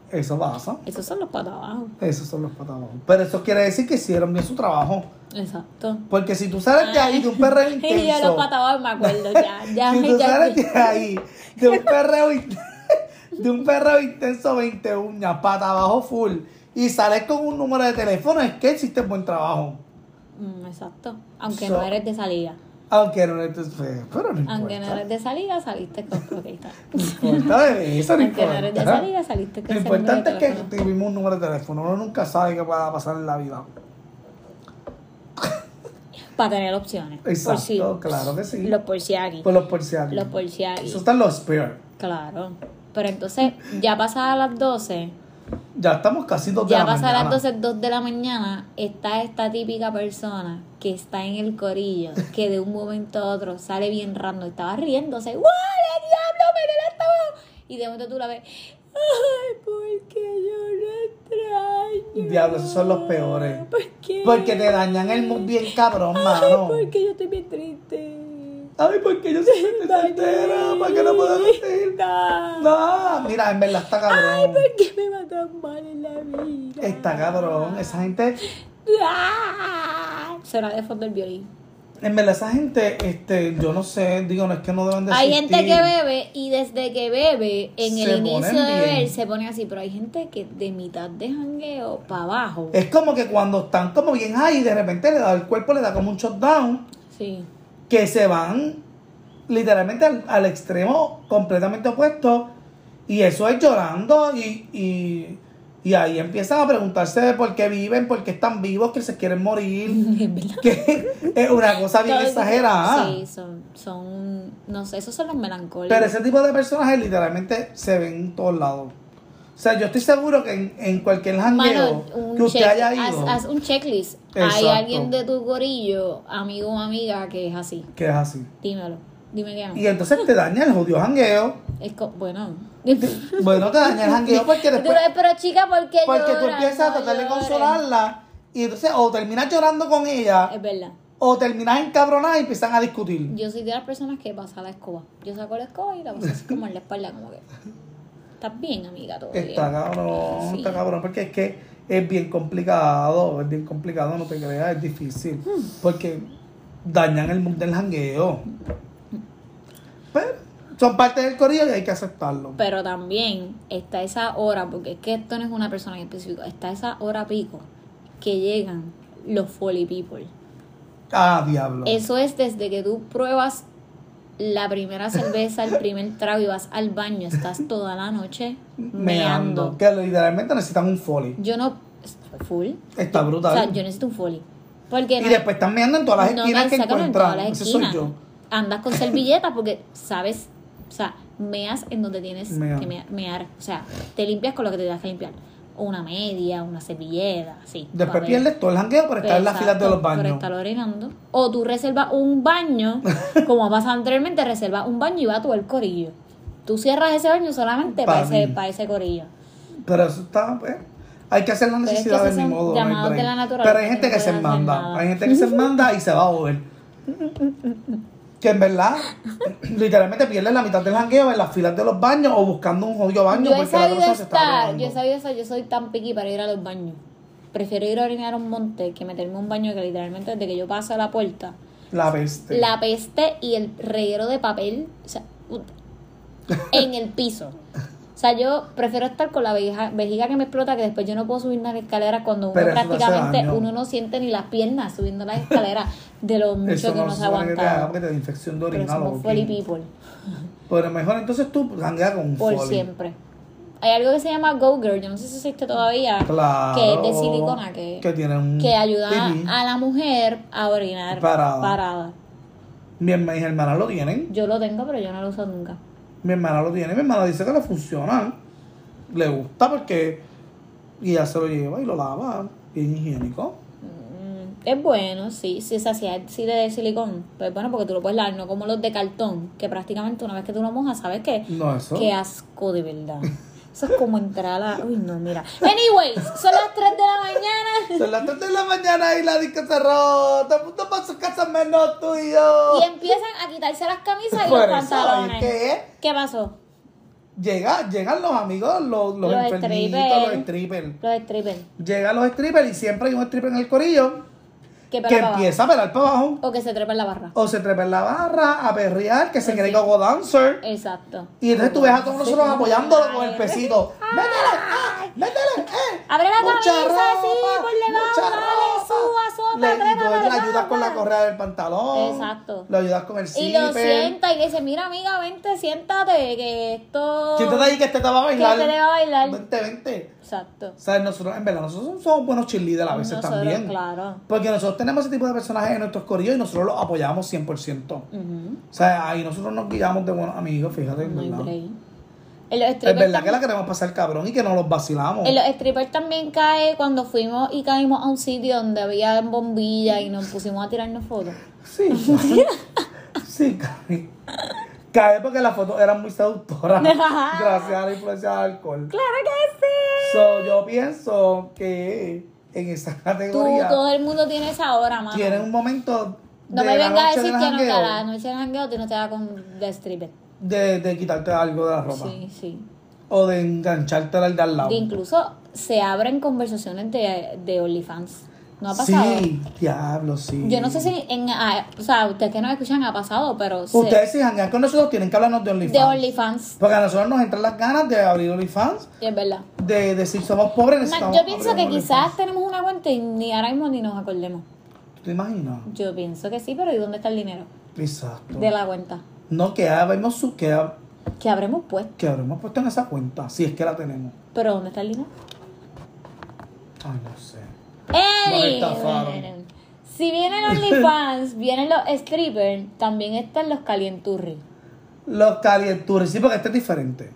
[SPEAKER 1] Eso pasa.
[SPEAKER 2] Esos son los patas abajo.
[SPEAKER 1] Esos son los patamones. Pero eso quiere decir que hicieron bien su trabajo.
[SPEAKER 2] Exacto.
[SPEAKER 1] Porque si tú sales de ahí de un perreo intenso.
[SPEAKER 2] Y yo los patas abajo me acuerdo ya. Ya,
[SPEAKER 1] si
[SPEAKER 2] ya,
[SPEAKER 1] tú sales
[SPEAKER 2] ya.
[SPEAKER 1] de ahí de un perreo in- de un perreo intenso 20 uñas, pata abajo full, y sales con un número de teléfono, es que hiciste buen trabajo.
[SPEAKER 2] Mm, Exacto. Aunque
[SPEAKER 1] So-
[SPEAKER 2] no eres de salida.
[SPEAKER 1] Aunque no eres de- pero no importa.
[SPEAKER 2] Aunque no eres de salida, saliste con. ok, está.
[SPEAKER 1] No importa de eso, no
[SPEAKER 2] Aunque no
[SPEAKER 1] importa.
[SPEAKER 2] eres de salida, saliste con.
[SPEAKER 1] Lo
[SPEAKER 2] ese número de
[SPEAKER 1] importante es que
[SPEAKER 2] teléfono.
[SPEAKER 1] tuvimos un número de teléfono. Uno nunca sabe qué va a pasar en la vida.
[SPEAKER 2] Para tener opciones. Por
[SPEAKER 1] Exacto,
[SPEAKER 2] si-
[SPEAKER 1] claro que sí.
[SPEAKER 2] Los por si aquí.
[SPEAKER 1] Por los parciales.
[SPEAKER 2] Los por si aquí.
[SPEAKER 1] Eso están los spears.
[SPEAKER 2] Claro. Pero entonces, ya pasadas las 12,
[SPEAKER 1] Ya estamos casi dos de
[SPEAKER 2] ya
[SPEAKER 1] la mañana.
[SPEAKER 2] pasadas las 12, 2 de la mañana, está esta típica persona que está en el corillo, que de un momento a otro sale bien random, estaba riéndose, ¡Wow, el diablo, me la estaba! Y de momento tú la ves, ¡ay, porque yo no extraño!
[SPEAKER 1] Diablo, esos son los peores.
[SPEAKER 2] ¿Por qué?
[SPEAKER 1] Porque te dañan el mood bien cabrón, mano.
[SPEAKER 2] Porque yo estoy bien triste.
[SPEAKER 1] Ay, porque yo soy soltera, ¿para qué no puedo sentir?
[SPEAKER 2] No.
[SPEAKER 1] No, mira, en verdad está
[SPEAKER 2] Ay,
[SPEAKER 1] cabrón.
[SPEAKER 2] ¿por qué me va tan mal en la vida?
[SPEAKER 1] Está cabrón. Esa gente,
[SPEAKER 2] ¡Ah! Será de fondo el violín.
[SPEAKER 1] en verdad, esa gente, este, yo no sé, digo, no es que no deben de
[SPEAKER 2] Hay gente que
[SPEAKER 1] ve
[SPEAKER 2] bebe y desde que bebe, en
[SPEAKER 1] Se
[SPEAKER 2] el inicio
[SPEAKER 1] ponen
[SPEAKER 2] de beber,
[SPEAKER 1] bien.
[SPEAKER 2] se pone así. Pero hay gente que de mitad de jangueo para abajo.
[SPEAKER 1] Es como que cuando están como bien ahí, de repente le da el cuerpo, le da como un shutdown,
[SPEAKER 2] Sí.
[SPEAKER 1] que se van literalmente al, al extremo completamente opuesto. Y eso es llorando y, y, y ahí empiezan a preguntarse de por qué viven, por qué están vivos, que se quieren morir.
[SPEAKER 2] Es verdad.
[SPEAKER 1] que es una cosa bien
[SPEAKER 2] Todo-
[SPEAKER 1] exagerada.
[SPEAKER 2] Sí, son, son, no sé, esos son los melancólicos.
[SPEAKER 1] Pero ese tipo de personajes literalmente se ven en todos lados. O sea, yo estoy seguro que en, en cualquier jangueo
[SPEAKER 2] Mano, un
[SPEAKER 1] que usted
[SPEAKER 2] check-
[SPEAKER 1] haya
[SPEAKER 2] haz-
[SPEAKER 1] ido,
[SPEAKER 2] haz, un checklist. Hay
[SPEAKER 1] Exacto.
[SPEAKER 2] alguien de tu gorillo, amigo o amiga, que es así.
[SPEAKER 1] que es así.
[SPEAKER 2] Dímelo. Dime que no.
[SPEAKER 1] Y entonces te daña el jodido jangueo.
[SPEAKER 2] Es co- bueno.
[SPEAKER 1] Bueno, te daña el jangueo porque
[SPEAKER 2] Pero,
[SPEAKER 1] después...
[SPEAKER 2] pero, chica, ¿por qué
[SPEAKER 1] Porque tú
[SPEAKER 2] lloras?
[SPEAKER 1] empiezas a
[SPEAKER 2] No
[SPEAKER 1] tratar de
[SPEAKER 2] llores.
[SPEAKER 1] consolarla y entonces o terminas llorando con ella
[SPEAKER 2] Es verdad.
[SPEAKER 1] o terminas encabronada y empiezan a discutir.
[SPEAKER 2] Yo soy de las personas que pasa la escoba. Yo saco la escoba y la paso así como en la espalda, como que. Estás bien, amiga, todo bien.
[SPEAKER 1] Está cabrón,
[SPEAKER 2] Sí.
[SPEAKER 1] está cabrón, porque es que es bien complicado, es bien complicado, no te creas, es difícil.
[SPEAKER 2] Hmm.
[SPEAKER 1] Porque dañan el mundo del jangueo. Pero son parte del corillo y hay que aceptarlo.
[SPEAKER 2] Pero también está esa hora, porque es que esto no es una persona en específico, está esa hora pico que llegan los folly people.
[SPEAKER 1] Ah, diablo.
[SPEAKER 2] Eso es desde que tú pruebas la primera cerveza, el primer trago y vas al baño, estás toda la noche meando.
[SPEAKER 1] Que literalmente necesitan un folly.
[SPEAKER 2] Yo no. Full.
[SPEAKER 1] Está
[SPEAKER 2] O
[SPEAKER 1] brutal.
[SPEAKER 2] sea, yo necesito un folly. Porque
[SPEAKER 1] y
[SPEAKER 2] no-
[SPEAKER 1] después están meando en todas las
[SPEAKER 2] no
[SPEAKER 1] esquinas
[SPEAKER 2] me
[SPEAKER 1] que
[SPEAKER 2] sacan en todas
[SPEAKER 1] encuentran.
[SPEAKER 2] las
[SPEAKER 1] Ese soy
[SPEAKER 2] esquinas.
[SPEAKER 1] yo.
[SPEAKER 2] Andas con servilletas porque sabes, o sea, meas en donde tienes
[SPEAKER 1] Mea.
[SPEAKER 2] que mea- mear. O sea, te limpias con lo que te das que limpiar. O una media, una servilleta, así.
[SPEAKER 1] Después
[SPEAKER 2] papel.
[SPEAKER 1] pierdes todo el jangueo por estar en las
[SPEAKER 2] Exacto,
[SPEAKER 1] filas de los
[SPEAKER 2] por
[SPEAKER 1] baños.
[SPEAKER 2] estar orinando. O tú reservas un baño, como pasa anteriormente, reservas un baño y va todo el corillo. Tú cierras ese baño solamente
[SPEAKER 1] Pa'
[SPEAKER 2] para ese,
[SPEAKER 1] mí.
[SPEAKER 2] pa' ese corillo.
[SPEAKER 1] Pero eso está, pues, hay que hacer las
[SPEAKER 2] Pero es que
[SPEAKER 1] necesidades
[SPEAKER 2] esos
[SPEAKER 1] de mi
[SPEAKER 2] son
[SPEAKER 1] modo. no hay
[SPEAKER 2] llamados de
[SPEAKER 1] break.
[SPEAKER 2] la naturaleza
[SPEAKER 1] Pero hay gente
[SPEAKER 2] que
[SPEAKER 1] que
[SPEAKER 2] no
[SPEAKER 1] se
[SPEAKER 2] pueden hacer
[SPEAKER 1] manda,
[SPEAKER 2] nada.
[SPEAKER 1] hay gente que se manda y se va a joder. Que en verdad, literalmente pierdes la mitad del jangueo en las filas de los baños o buscando un jodido baño
[SPEAKER 2] yo he
[SPEAKER 1] porque la
[SPEAKER 2] sabido
[SPEAKER 1] persona se está
[SPEAKER 2] estar,
[SPEAKER 1] ahogando.
[SPEAKER 2] yo he sabido estar, yo soy tan piqui para ir a los baños. Prefiero ir a orinar a un monte que meterme en un baño que literalmente desde que yo paso a la puerta,
[SPEAKER 1] La peste.
[SPEAKER 2] la peste y el reguero de papel, o sea, ut- en el piso. O sea, yo prefiero estar con la vejiga, vejiga que me explota que después yo no puedo subir las escaleras cuando uno
[SPEAKER 1] Pero eso te hace
[SPEAKER 2] prácticamente
[SPEAKER 1] daño.
[SPEAKER 2] uno no siente ni las piernas subiendo las escaleras de lo mucho
[SPEAKER 1] Eso
[SPEAKER 2] que
[SPEAKER 1] no
[SPEAKER 2] nos
[SPEAKER 1] se
[SPEAKER 2] ha
[SPEAKER 1] supone que te haga
[SPEAKER 2] aguantado.
[SPEAKER 1] porque te da infección de
[SPEAKER 2] Pero
[SPEAKER 1] orinal o
[SPEAKER 2] somos
[SPEAKER 1] algo
[SPEAKER 2] folly
[SPEAKER 1] así.
[SPEAKER 2] people,
[SPEAKER 1] Pero mejor entonces tú janguea con un
[SPEAKER 2] por
[SPEAKER 1] folly.
[SPEAKER 2] siempre. Hay algo que se llama Go Girl, yo no sé si existe todavía,
[SPEAKER 1] Claro.
[SPEAKER 2] que es de silicona, que,
[SPEAKER 1] Que tiene un
[SPEAKER 2] que ayuda
[SPEAKER 1] pipí.
[SPEAKER 2] a la mujer a orinar
[SPEAKER 1] Parada.
[SPEAKER 2] parada.
[SPEAKER 1] Mi hermana, mis hermanas lo tienen.
[SPEAKER 2] Yo lo tengo, pero yo no lo uso nunca.
[SPEAKER 1] Mi hermana lo tiene. Mi hermana dice que le funciona. Le gusta porque... Y ya se lo lleva y lo lava. Bien higiénico.
[SPEAKER 2] Mm, Es bueno, sí, sí, es así, sí de silicón, pues bueno, porque tú lo puedes lavar, no como los de cartón, que prácticamente una vez que tú lo mojas, ¿sabes qué?
[SPEAKER 1] No, eso.
[SPEAKER 2] Qué asco de verdad. Eso es como entrar a la... Uy, no, mira. Anyways, son las 3 de la mañana
[SPEAKER 1] Son las 3 de la mañana y la disco cerró. Todo el mundo para su casa menos tú y yo.
[SPEAKER 2] y empiezan a quitarse las camisas y
[SPEAKER 1] Por
[SPEAKER 2] los
[SPEAKER 1] eso,
[SPEAKER 2] pantalones.
[SPEAKER 1] ¿y qué?
[SPEAKER 2] ¿Qué pasó?
[SPEAKER 1] Llega, llegan los amigos, los, los,
[SPEAKER 2] Los
[SPEAKER 1] enfermitos,
[SPEAKER 2] strippers.
[SPEAKER 1] los strippers.
[SPEAKER 2] Los strippers.
[SPEAKER 1] Llegan los strippers y siempre hay un stripper en el corillo
[SPEAKER 2] Que,
[SPEAKER 1] que
[SPEAKER 2] pela para
[SPEAKER 1] empieza a pelar para abajo.
[SPEAKER 2] abajo. O que se trepa en la barra.
[SPEAKER 1] O se trepa en la barra, a perrear, que
[SPEAKER 2] Pues
[SPEAKER 1] se cree go dancer.
[SPEAKER 2] Exacto.
[SPEAKER 1] Y entonces tú ves a todos nosotros apoyándolo con el
[SPEAKER 2] Ay.
[SPEAKER 1] pesito. ¡Métele! ¡Ah! ¡Métele! ¡Eh!
[SPEAKER 2] Abre la
[SPEAKER 1] Mucha
[SPEAKER 2] camisa, sí,
[SPEAKER 1] ropa,
[SPEAKER 2] por debajo,
[SPEAKER 1] mucha
[SPEAKER 2] dale,
[SPEAKER 1] ropa.
[SPEAKER 2] suba, sopa,
[SPEAKER 1] Le- y tú
[SPEAKER 2] trépale,
[SPEAKER 1] le
[SPEAKER 2] dale,
[SPEAKER 1] ayudas con la
[SPEAKER 2] dale.
[SPEAKER 1] correa del pantalón.
[SPEAKER 2] Exacto.
[SPEAKER 1] Lo ayudas con el zipper.
[SPEAKER 2] Y lo sienta y le dice, mira amiga, vente, siéntate, que esto...
[SPEAKER 1] Siéntate ahí que este te va a bailar.
[SPEAKER 2] Que este te va a bailar.
[SPEAKER 1] Vente, vente.
[SPEAKER 2] Exacto.
[SPEAKER 1] O sea, nosotros, en verdad, nosotros somos buenos cheerleaders a veces
[SPEAKER 2] Nosotros,
[SPEAKER 1] también.
[SPEAKER 2] claro.
[SPEAKER 1] Porque nosotros tenemos ese tipo de personajes en nuestros corrillos y nosotros los apoyamos 100%. O
[SPEAKER 2] Ujú.
[SPEAKER 1] sea, ahí nosotros nos guiamos de buenos amigos, fíjate. en
[SPEAKER 2] No hay
[SPEAKER 1] verdad.
[SPEAKER 2] break. En los
[SPEAKER 1] Es
[SPEAKER 2] strippers
[SPEAKER 1] verdad que la queremos pasar cabrón y que no los vacilamos.
[SPEAKER 2] En los strippers también cae cuando fuimos y caímos a un sitio donde había bombillas y nos pusimos a tirarnos fotos.
[SPEAKER 1] Sí. sí, cae. Cae porque las fotos eran muy seductoras. gracias a la influencia del alcohol.
[SPEAKER 2] ¡Claro que sí!
[SPEAKER 1] So, yo pienso que en esa
[SPEAKER 2] Tú,
[SPEAKER 1] categoría
[SPEAKER 2] todo el mundo tiene esa hora, mano.
[SPEAKER 1] tiene un momento
[SPEAKER 2] No
[SPEAKER 1] de
[SPEAKER 2] me
[SPEAKER 1] la
[SPEAKER 2] vengas a
[SPEAKER 1] noche
[SPEAKER 2] decir
[SPEAKER 1] del
[SPEAKER 2] que no, que
[SPEAKER 1] jangueo
[SPEAKER 2] la noche del jangueo tú no te da con de stripper.
[SPEAKER 1] de, de quitarte algo de la ropa
[SPEAKER 2] Sí, sí.
[SPEAKER 1] o de engancharte al de al lado.
[SPEAKER 2] De incluso se abren conversaciones de, de OnlyFans. ¿No ha pasado?
[SPEAKER 1] sí, diablo, sí.
[SPEAKER 2] Yo no sé si en... ah, o sea, ustedes que nos escuchan ha pasado, pero... se-
[SPEAKER 1] Ustedes si janguean con nosotros tienen que hablarnos de OnlyFans.
[SPEAKER 2] de OnlyFans.
[SPEAKER 1] Porque a nosotros nos entran las ganas de abrir OnlyFans,
[SPEAKER 2] Es verdad.
[SPEAKER 1] de decir somos pobres,
[SPEAKER 2] Ma-
[SPEAKER 1] necesitamos
[SPEAKER 2] yo pienso
[SPEAKER 1] abrir
[SPEAKER 2] que
[SPEAKER 1] un
[SPEAKER 2] quizás tenemos una cuenta y ni ahora mismo ni nos acordemos.
[SPEAKER 1] OnlyFans. ¿Tú te imaginas?
[SPEAKER 2] Yo pienso que sí, pero ¿y dónde está el dinero
[SPEAKER 1] Exacto.
[SPEAKER 2] de la cuenta?
[SPEAKER 1] No, que habremos, su- que, ha-
[SPEAKER 2] Que habremos puesto,
[SPEAKER 1] que habremos puesto en esa cuenta, si es que la tenemos.
[SPEAKER 2] pero ¿dónde está el dinero?
[SPEAKER 1] Ay, no sé.
[SPEAKER 2] ¡Ey!
[SPEAKER 1] Nos estafaron.
[SPEAKER 2] Si vienen OnlyFans, vienen los strippers, también están los calienturri.
[SPEAKER 1] Los calienturis, sí, porque este es diferente.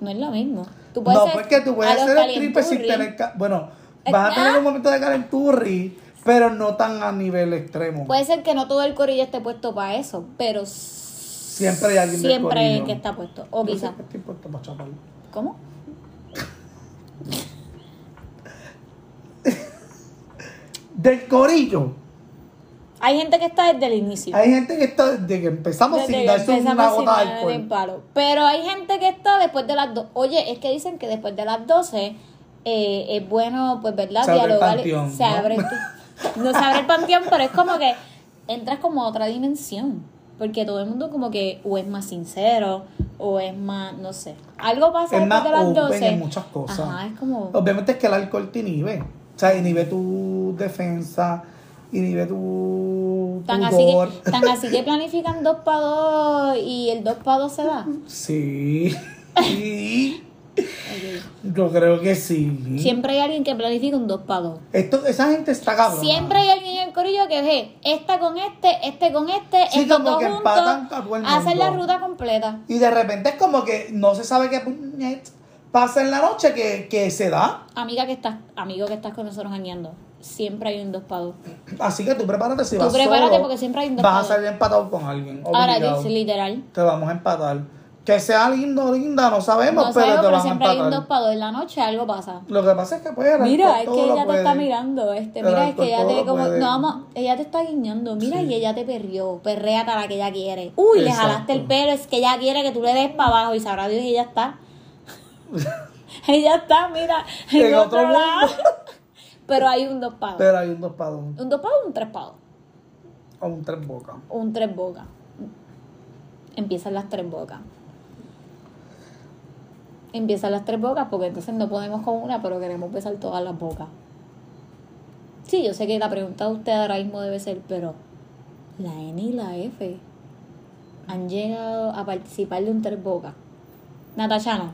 [SPEAKER 2] No es lo mismo. Tú puedes
[SPEAKER 1] No,
[SPEAKER 2] ser
[SPEAKER 1] porque tú puedes
[SPEAKER 2] a los
[SPEAKER 1] hacer el triple sin
[SPEAKER 2] calienturri.
[SPEAKER 1] tener. ca- Bueno, vas a tener un momento de calenturri, pero no tan a nivel extremo.
[SPEAKER 2] Puede ser que no todo el corillo esté puesto para eso, pero siempre
[SPEAKER 1] Siempre hay alguien del
[SPEAKER 2] siempre hay
[SPEAKER 1] corillo.
[SPEAKER 2] que está puesto. O
[SPEAKER 1] Yo
[SPEAKER 2] quizás.
[SPEAKER 1] siempre estoy puesto pa' chapar.
[SPEAKER 2] ¿Cómo?
[SPEAKER 1] Del corillo.
[SPEAKER 2] Hay gente que está desde el inicio.
[SPEAKER 1] Hay gente que está desde que empezamos
[SPEAKER 2] Desde
[SPEAKER 1] sin
[SPEAKER 2] que
[SPEAKER 1] darse una
[SPEAKER 2] empezamos sin
[SPEAKER 1] gota de
[SPEAKER 2] darle
[SPEAKER 1] alcohol.
[SPEAKER 2] ni palo. Pero hay gente que está después de las 12. Oye, es que dicen que después de las 12 eh, es bueno, pues, ¿verdad?
[SPEAKER 1] Se abre el
[SPEAKER 2] Dialogar.
[SPEAKER 1] panteón,
[SPEAKER 2] se
[SPEAKER 1] ¿no?
[SPEAKER 2] abre el No se abre el panteón, pero es como que entras como a otra dimensión. Porque todo el mundo como que o es más sincero o es más, no sé. Algo pasa
[SPEAKER 1] Es
[SPEAKER 2] después
[SPEAKER 1] más
[SPEAKER 2] de las
[SPEAKER 1] open
[SPEAKER 2] 12.
[SPEAKER 1] en muchas cosas.
[SPEAKER 2] Ajá, es como...
[SPEAKER 1] Obviamente es que el alcohol te inhibe. O sea, inhibe tu defensa, inhibe tu
[SPEAKER 2] Tan así,
[SPEAKER 1] pudor.
[SPEAKER 2] que, tan así que planifican dos para dos y el dos para dos se da.
[SPEAKER 1] Sí. Sí.
[SPEAKER 2] Ok.
[SPEAKER 1] Yo creo que sí.
[SPEAKER 2] Siempre hay alguien que planifica un dos para dos.
[SPEAKER 1] Esto, esa gente está cabrona.
[SPEAKER 2] Siempre hay alguien en el corillo que ve esta con este, este con este,
[SPEAKER 1] Sí,
[SPEAKER 2] estos
[SPEAKER 1] como
[SPEAKER 2] dos
[SPEAKER 1] que
[SPEAKER 2] juntos,
[SPEAKER 1] empatan a todo el
[SPEAKER 2] hacen la
[SPEAKER 1] mundo.
[SPEAKER 2] ruta completa.
[SPEAKER 1] Y de repente es como que no se sabe qué puñet pasa en la noche que, que se da.
[SPEAKER 2] Amiga que estás, amigo que estás con nosotros añando, siempre hay un dos para dos.
[SPEAKER 1] Así que tú prepárate si
[SPEAKER 2] Tú
[SPEAKER 1] vas
[SPEAKER 2] prepárate
[SPEAKER 1] solo,
[SPEAKER 2] porque siempre hay un
[SPEAKER 1] Vas a
[SPEAKER 2] despado.
[SPEAKER 1] salir empatado con alguien.
[SPEAKER 2] Ahora yo
[SPEAKER 1] obligado.
[SPEAKER 2] sí, literal.
[SPEAKER 1] Te vamos a empatar. Que sea lindo o linda, no sabemos, pero
[SPEAKER 2] No sabemos,
[SPEAKER 1] te
[SPEAKER 2] pero
[SPEAKER 1] van a
[SPEAKER 2] siempre hay un dos
[SPEAKER 1] empatar.
[SPEAKER 2] para dos. En la noche algo pasa.
[SPEAKER 1] Lo que pasa es que pues el alcohol
[SPEAKER 2] Mira, es que
[SPEAKER 1] todo lo
[SPEAKER 2] ella te está
[SPEAKER 1] puede.
[SPEAKER 2] mirando, este,
[SPEAKER 1] El
[SPEAKER 2] mira, es
[SPEAKER 1] alcohol
[SPEAKER 2] que ella
[SPEAKER 1] todo
[SPEAKER 2] te
[SPEAKER 1] lo
[SPEAKER 2] como,
[SPEAKER 1] puede.
[SPEAKER 2] no vamos, ella te está guiñando, mira, y ella te perrió, perréate a la que ella quiere. Uy, le jalaste el
[SPEAKER 1] Exacto.
[SPEAKER 2] pelo, es que ella quiere que tú le des para abajo y sabrá Dios y ella está. ella está, mira, en,
[SPEAKER 1] En
[SPEAKER 2] otro,
[SPEAKER 1] otro mundo.
[SPEAKER 2] lado. Pero hay un dos pavos.
[SPEAKER 1] Pero hay un dos para dos,
[SPEAKER 2] Un dos pavos, un tres pavos,
[SPEAKER 1] o un tres bocas.
[SPEAKER 2] un tres bocas. Empiezan las tres bocas. empiezan las tres bocas porque entonces no podemos con una, pero queremos besar todas las bocas. Sí, yo sé que la pregunta de usted ahora mismo debe ser, pero la N y la F han llegado a participar de un tres bocas. Natasha no.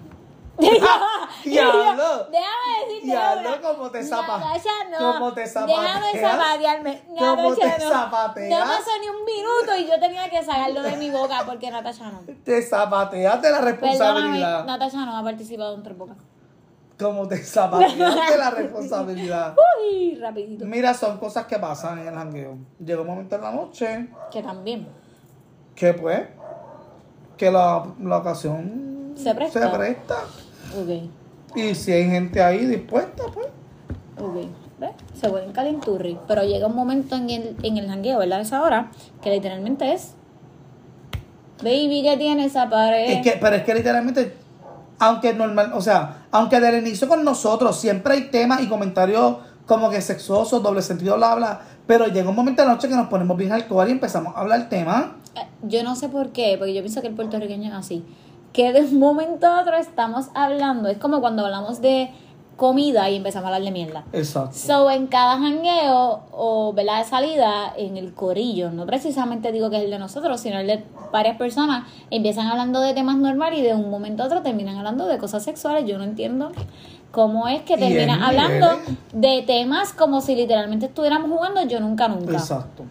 [SPEAKER 1] ¡Ah! ¡Diablo!
[SPEAKER 2] Déjame decirte.
[SPEAKER 1] Diablo,
[SPEAKER 2] ahora,
[SPEAKER 1] cómo te zapa-
[SPEAKER 2] Natasha no.
[SPEAKER 1] cómo te
[SPEAKER 2] Déjame
[SPEAKER 1] zapateas.
[SPEAKER 2] zapatearme.
[SPEAKER 1] Cómo
[SPEAKER 2] Natasha
[SPEAKER 1] te
[SPEAKER 2] no.
[SPEAKER 1] zapateas.
[SPEAKER 2] No pasó ni un minuto y yo tenía que sacarlo de mi boca porque Natasha no.
[SPEAKER 1] Te zapateaste la
[SPEAKER 2] Perdóname,
[SPEAKER 1] responsabilidad.
[SPEAKER 2] Natasha no ha participado en tres bocas.
[SPEAKER 1] Como te zapateaste la responsabilidad.
[SPEAKER 2] Uy, rapidito.
[SPEAKER 1] Mira, son cosas que pasan en el jangueo. Llega un momento en la noche
[SPEAKER 2] Que también.
[SPEAKER 1] que, pues, que la, la ocasión
[SPEAKER 2] Se presta.
[SPEAKER 1] presta.
[SPEAKER 2] Ok,
[SPEAKER 1] Y si hay gente ahí dispuesta, pues.
[SPEAKER 2] ok. ¿Ves? Se vuelven calenturri. Pero llega un momento en el, en el jangueo, ¿verdad? Esa hora, que literalmente es. Baby, ¿qué tiene esa pared?
[SPEAKER 1] Es que, pero es que literalmente, aunque normal, o sea, aunque del inicio con nosotros siempre hay temas y comentarios como que sexosos, doble sentido, bla, bla, pero llega un momento de la noche que nos ponemos bien alcohol y empezamos a hablar temas.
[SPEAKER 2] Eh, Yo no sé por qué, porque yo pienso que el puertorriqueño es así. Que de un momento a otro estamos hablando. Es como cuando hablamos de comida y empezamos a hablar de mierda.
[SPEAKER 1] Exacto.
[SPEAKER 2] So, en cada jangueo o ¿verdad? de salida, en el corillo, no precisamente digo que es el de nosotros, sino el de varias personas, empiezan hablando de temas normales y de un momento a otro terminan hablando de cosas sexuales. Yo no entiendo cómo es
[SPEAKER 1] Y
[SPEAKER 2] que
[SPEAKER 1] el
[SPEAKER 2] terminan
[SPEAKER 1] nivel,
[SPEAKER 2] hablando
[SPEAKER 1] ¿eh?
[SPEAKER 2] de temas como si literalmente estuviéramos jugando yo nunca nunca.
[SPEAKER 1] Exacto.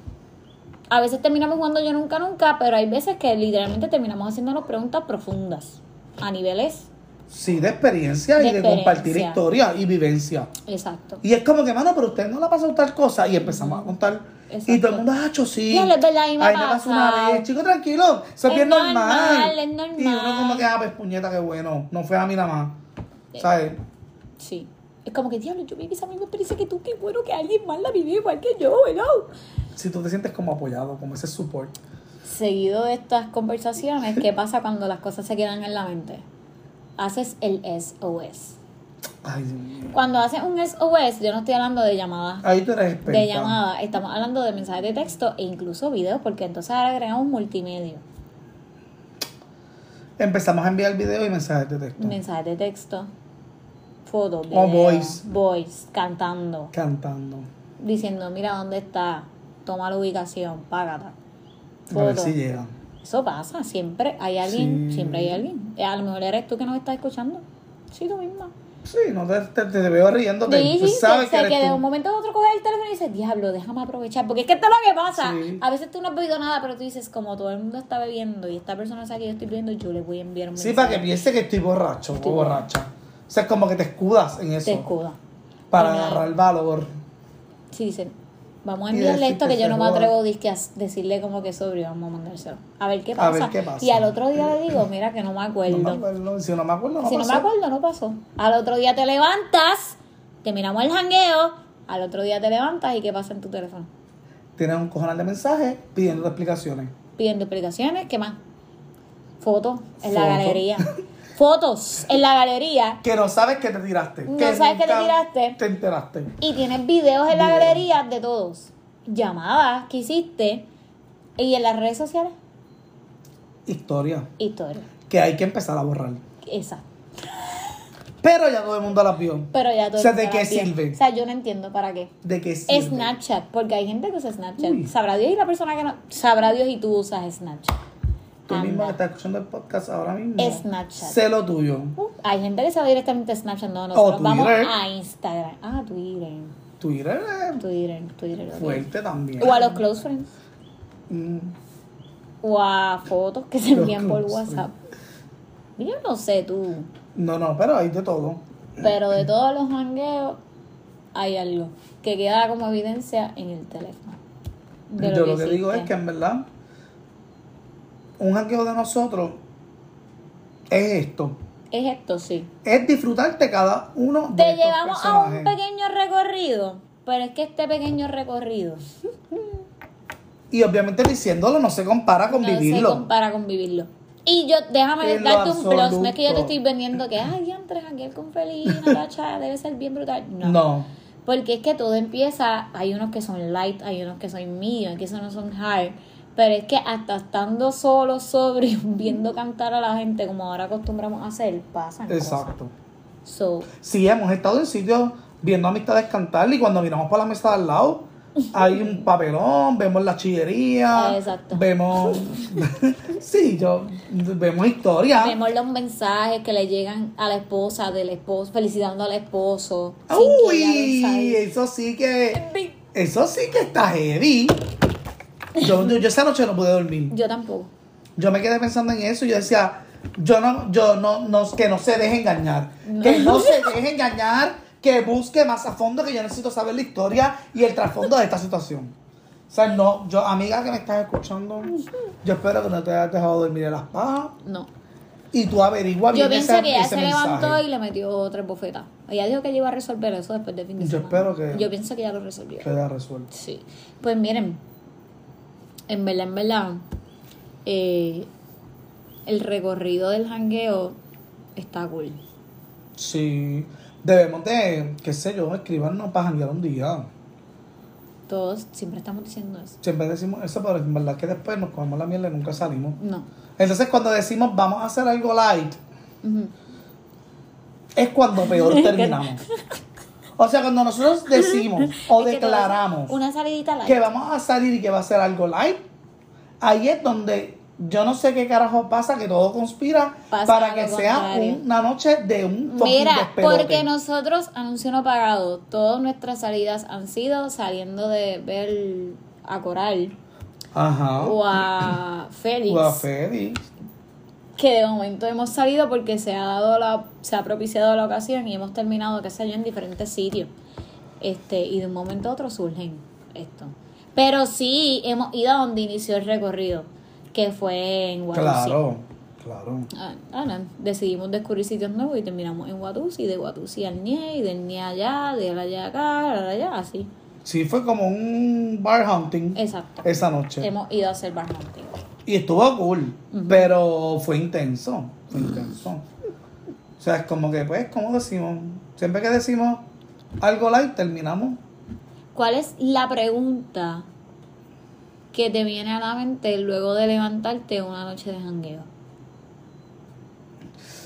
[SPEAKER 2] A veces terminamos jugando yo nunca nunca, pero hay veces que literalmente terminamos haciéndonos preguntas profundas a niveles.
[SPEAKER 1] Sí, de experiencia y de
[SPEAKER 2] De
[SPEAKER 1] compartir
[SPEAKER 2] experiencia.
[SPEAKER 1] historias y vivencia.
[SPEAKER 2] Exacto.
[SPEAKER 1] Y es como que, mano, pero usted no la pasó tal cosa. Y empezamos a contar.
[SPEAKER 2] Exacto.
[SPEAKER 1] Y todo el mundo, ah, yo sí.
[SPEAKER 2] Ya, es verdad, a mí me
[SPEAKER 1] Ay,
[SPEAKER 2] ha
[SPEAKER 1] me pasó
[SPEAKER 2] pasado.
[SPEAKER 1] una vez. Chico, tranquilo. Eso es,
[SPEAKER 2] Es
[SPEAKER 1] bien normal.
[SPEAKER 2] normal, es normal.
[SPEAKER 1] Y uno como que, ah, pues puñeta, qué bueno. No fue a mí nada más. ¿Sabes?
[SPEAKER 2] Sí. Es como que, diablo, yo viví esa misma experiencia que tú, qué bueno que alguien más la vivió igual que yo, hello.
[SPEAKER 1] Si tú te sientes como apoyado, como ese support.
[SPEAKER 2] Seguido de estas conversaciones, ¿qué pasa cuando las cosas se quedan en la mente? Haces el SOS.
[SPEAKER 1] Ay, Dios mío.
[SPEAKER 2] Cuando haces un SOS, yo no estoy hablando de llamadas
[SPEAKER 1] Ahí tú eres experta.
[SPEAKER 2] de llamada, estamos hablando de mensajes de texto e incluso videos, porque entonces ahora agregamos multimedia.
[SPEAKER 1] Empezamos a enviar video y mensajes de texto.
[SPEAKER 2] Mensajes de texto, fotos,
[SPEAKER 1] O voice.
[SPEAKER 2] voice, cantando,
[SPEAKER 1] Cantando.
[SPEAKER 2] diciendo, mira dónde está, toma la ubicación, págata.
[SPEAKER 1] A ver
[SPEAKER 2] Foto.
[SPEAKER 1] si llegan.
[SPEAKER 2] Eso pasa, siempre hay alguien,
[SPEAKER 1] Sí.
[SPEAKER 2] siempre hay alguien. Eh, A lo mejor eres tú que nos estás escuchando. Sí, tú misma.
[SPEAKER 1] Sí, no te, te, te veo riéndote.
[SPEAKER 2] Sí,
[SPEAKER 1] Tú
[SPEAKER 2] sí,
[SPEAKER 1] pues sabes que
[SPEAKER 2] que, que
[SPEAKER 1] eres
[SPEAKER 2] de
[SPEAKER 1] tú.
[SPEAKER 2] un momento a otro coges el teléfono y dices, diablo, déjame aprovechar. Porque es que esto es lo que pasa.
[SPEAKER 1] Sí.
[SPEAKER 2] A veces tú no has bebido nada, pero tú dices, como todo el mundo está bebiendo y esta persona sabe que yo estoy bebiendo, yo le voy a enviar un
[SPEAKER 1] Sí,
[SPEAKER 2] mensaje.
[SPEAKER 1] para que piense que estoy borracho
[SPEAKER 2] Estoy
[SPEAKER 1] o borracha. O sea, es como que te escudas en eso.
[SPEAKER 2] Te escuda.
[SPEAKER 1] Para
[SPEAKER 2] Y nada.
[SPEAKER 1] agarrar valor.
[SPEAKER 2] Sí, dicen, vamos a
[SPEAKER 1] Y
[SPEAKER 2] enviarle
[SPEAKER 1] decir
[SPEAKER 2] esto
[SPEAKER 1] que
[SPEAKER 2] que yo
[SPEAKER 1] se
[SPEAKER 2] no me
[SPEAKER 1] joda.
[SPEAKER 2] atrevo disque, a decirle como que sobrio, vamos a mandárselo. A ver qué pasa.
[SPEAKER 1] A ver qué pasa. Eh,
[SPEAKER 2] Y al otro día le digo, mira que no me acuerdo.
[SPEAKER 1] No me acuerdo. Si no me acuerdo, no
[SPEAKER 2] Si no me
[SPEAKER 1] pasó.
[SPEAKER 2] acuerdo, no pasó. Al otro día te levantas, te miramos el jangueo, al otro día te levantas y ¿qué pasa en tu teléfono?
[SPEAKER 1] Tienes un cojonal de mensajes pidiendo explicaciones.
[SPEAKER 2] Pidiendo explicaciones, ¿qué más? Fotos en la
[SPEAKER 1] Foto.
[SPEAKER 2] galería. Fotos en la galería.
[SPEAKER 1] Que no sabes que te tiraste.
[SPEAKER 2] No sabes que te
[SPEAKER 1] nunca
[SPEAKER 2] tiraste.
[SPEAKER 1] Te enteraste.
[SPEAKER 2] Y tienes videos en la
[SPEAKER 1] Video.
[SPEAKER 2] galería de todos. Llamadas que hiciste. Y en las redes sociales,
[SPEAKER 1] Historia.
[SPEAKER 2] historia.
[SPEAKER 1] Que hay que empezar a borrar.
[SPEAKER 2] Exacto.
[SPEAKER 1] Pero ya todo el mundo las vio.
[SPEAKER 2] Pero ya todo
[SPEAKER 1] O sea,
[SPEAKER 2] el
[SPEAKER 1] ¿de
[SPEAKER 2] mundo
[SPEAKER 1] qué
[SPEAKER 2] las vio.
[SPEAKER 1] sirve?
[SPEAKER 2] O sea, yo no entiendo para qué.
[SPEAKER 1] ¿De qué sirve?
[SPEAKER 2] Snapchat, porque hay gente que usa Snapchat.
[SPEAKER 1] Uy.
[SPEAKER 2] Sabrá Dios y la persona que no. Sabrá Dios y tú usas Snapchat.
[SPEAKER 1] Tú
[SPEAKER 2] Anda.
[SPEAKER 1] misma que estás escuchando el podcast ahora mismo.
[SPEAKER 2] Snapchat.
[SPEAKER 1] Sé lo tuyo.
[SPEAKER 2] Uh, hay gente que se va directamente a Snapchat. No, nosotros vamos
[SPEAKER 1] Twitter.
[SPEAKER 2] a Instagram. Ah, Twitter.
[SPEAKER 1] Twitter es
[SPEAKER 2] Twitter, Twitter. ok.
[SPEAKER 1] fuerte también.
[SPEAKER 2] O a los close friends.
[SPEAKER 1] Mm,
[SPEAKER 2] O a fotos que se
[SPEAKER 1] Los
[SPEAKER 2] envían por
[SPEAKER 1] close
[SPEAKER 2] WhatsApp. Yo no sé tú.
[SPEAKER 1] No, no, pero hay de todo.
[SPEAKER 2] Pero de todos los jangueos, hay algo que queda como evidencia en el teléfono. De
[SPEAKER 1] Yo lo que digo
[SPEAKER 2] hiciste.
[SPEAKER 1] es que en verdad, un jangueo de nosotros es esto.
[SPEAKER 2] Es esto, sí.
[SPEAKER 1] Es disfrutarte cada uno de
[SPEAKER 2] Te
[SPEAKER 1] estos
[SPEAKER 2] llevamos a un
[SPEAKER 1] personajes.
[SPEAKER 2] pequeño recorrido. Pero es que este pequeño recorrido
[SPEAKER 1] Y obviamente diciéndolo no se compara con vivirlo.
[SPEAKER 2] No se compara con vivirlo. Y yo, déjame
[SPEAKER 1] En lo
[SPEAKER 2] darte un plus. No es que yo
[SPEAKER 1] absoluto.
[SPEAKER 2] te estoy vendiendo que, ay, diantres, aquel con Felina, Tacha, debe ser bien brutal. No.
[SPEAKER 1] no.
[SPEAKER 2] Porque es que todo empieza, hay unos que son light, hay unos que son medium, hay que son no son hard. Pero es que hasta estando solo, sobrio, viendo cantar a la gente como ahora acostumbramos a hacer, pasan cosas.
[SPEAKER 1] Exacto.
[SPEAKER 2] So,
[SPEAKER 1] Sí, hemos estado en sitios viendo amistades cantar y cuando miramos para la mesa de al lado hay un papelón, vemos la chillería,
[SPEAKER 2] Ah, exacto.
[SPEAKER 1] vemos... sí, yo... Vemos historias.
[SPEAKER 2] vemos los mensajes que le llegan a la esposa del esposo, felicitando al esposo. sin que ella lo
[SPEAKER 1] Uy,
[SPEAKER 2] sabe.
[SPEAKER 1] eso sí que... Eso sí que está heavy. Yo, yo- yo esa noche no pude dormir.
[SPEAKER 2] Yo tampoco.
[SPEAKER 1] Yo me quedé pensando en eso y yo decía, yo no, yo no, no que no se deje engañar. Que no se deje engañar, que busque más a fondo, que yo necesito saber la historia y el trasfondo de esta situación. O sea, no, yo, amiga que me estás escuchando, yo espero que no te hayas dejado dormir en las pajas
[SPEAKER 2] No.
[SPEAKER 1] y tú averigua bien
[SPEAKER 2] Yo pienso
[SPEAKER 1] ese-
[SPEAKER 2] que ella
[SPEAKER 1] ese
[SPEAKER 2] se levantó
[SPEAKER 1] mensaje.
[SPEAKER 2] y le metió tres bofetas. Ella dijo que ella iba a resolver eso después del fin de
[SPEAKER 1] Yo
[SPEAKER 2] semana.
[SPEAKER 1] espero que-
[SPEAKER 2] Yo pienso que ya lo resolvió.
[SPEAKER 1] Queda resuelto.
[SPEAKER 2] Sí. Pues miren, en verdad, en verdad, eh, el recorrido del jangueo está cool.
[SPEAKER 1] Sí, debemos de, qué sé yo, escribirnos para janguear un día.
[SPEAKER 2] Todos siempre estamos diciendo eso.
[SPEAKER 1] Siempre decimos eso, pero en verdad que después nos comemos la mierda y nunca salimos.
[SPEAKER 2] No.
[SPEAKER 1] Entonces cuando decimos vamos a hacer algo light,
[SPEAKER 2] Ujú.
[SPEAKER 1] es cuando peor terminamos. O sea, cuando nosotros decimos o
[SPEAKER 2] Es que todo-
[SPEAKER 1] declaramos
[SPEAKER 2] Una salidita light.
[SPEAKER 1] que vamos a salir y que va a ser algo light, ahí es donde yo no sé qué carajo pasa, que todo conspira
[SPEAKER 2] Pasa
[SPEAKER 1] para que
[SPEAKER 2] lo
[SPEAKER 1] sea
[SPEAKER 2] contrario.
[SPEAKER 1] una noche de un fucking
[SPEAKER 2] Mira,
[SPEAKER 1] despelote.
[SPEAKER 2] porque nosotros, anuncio no pagado, todas nuestras salidas han sido saliendo de ver a Coral
[SPEAKER 1] Ajá.
[SPEAKER 2] o a Félix.
[SPEAKER 1] Ah. O a Félix.
[SPEAKER 2] que de momento hemos salido porque se ha dado la, se ha propiciado la ocasión y hemos terminado, qué sé yo, en diferentes sitios. Este, y de un momento a otro surgen esto. Pero sí hemos ido a donde inició el recorrido, que fue en Guatusi.
[SPEAKER 1] Claro, claro.
[SPEAKER 2] Ah, ah, no, Decidimos descubrir sitios nuevos y terminamos en Guatusi, de Guatusi al Nie, y del Nie allá, de allá acá, de allá, así.
[SPEAKER 1] Sí, fue como un bar hunting
[SPEAKER 2] Exacto.
[SPEAKER 1] esa noche.
[SPEAKER 2] Hemos ido a hacer bar hunting.
[SPEAKER 1] Y estuvo cool, pero fue intenso, fue intenso. O sea, es como que, pues, como decimos? Siempre que decimos algo light, terminamos.
[SPEAKER 2] ¿Cuál es la pregunta que te viene a la mente luego de levantarte una noche de jangueo?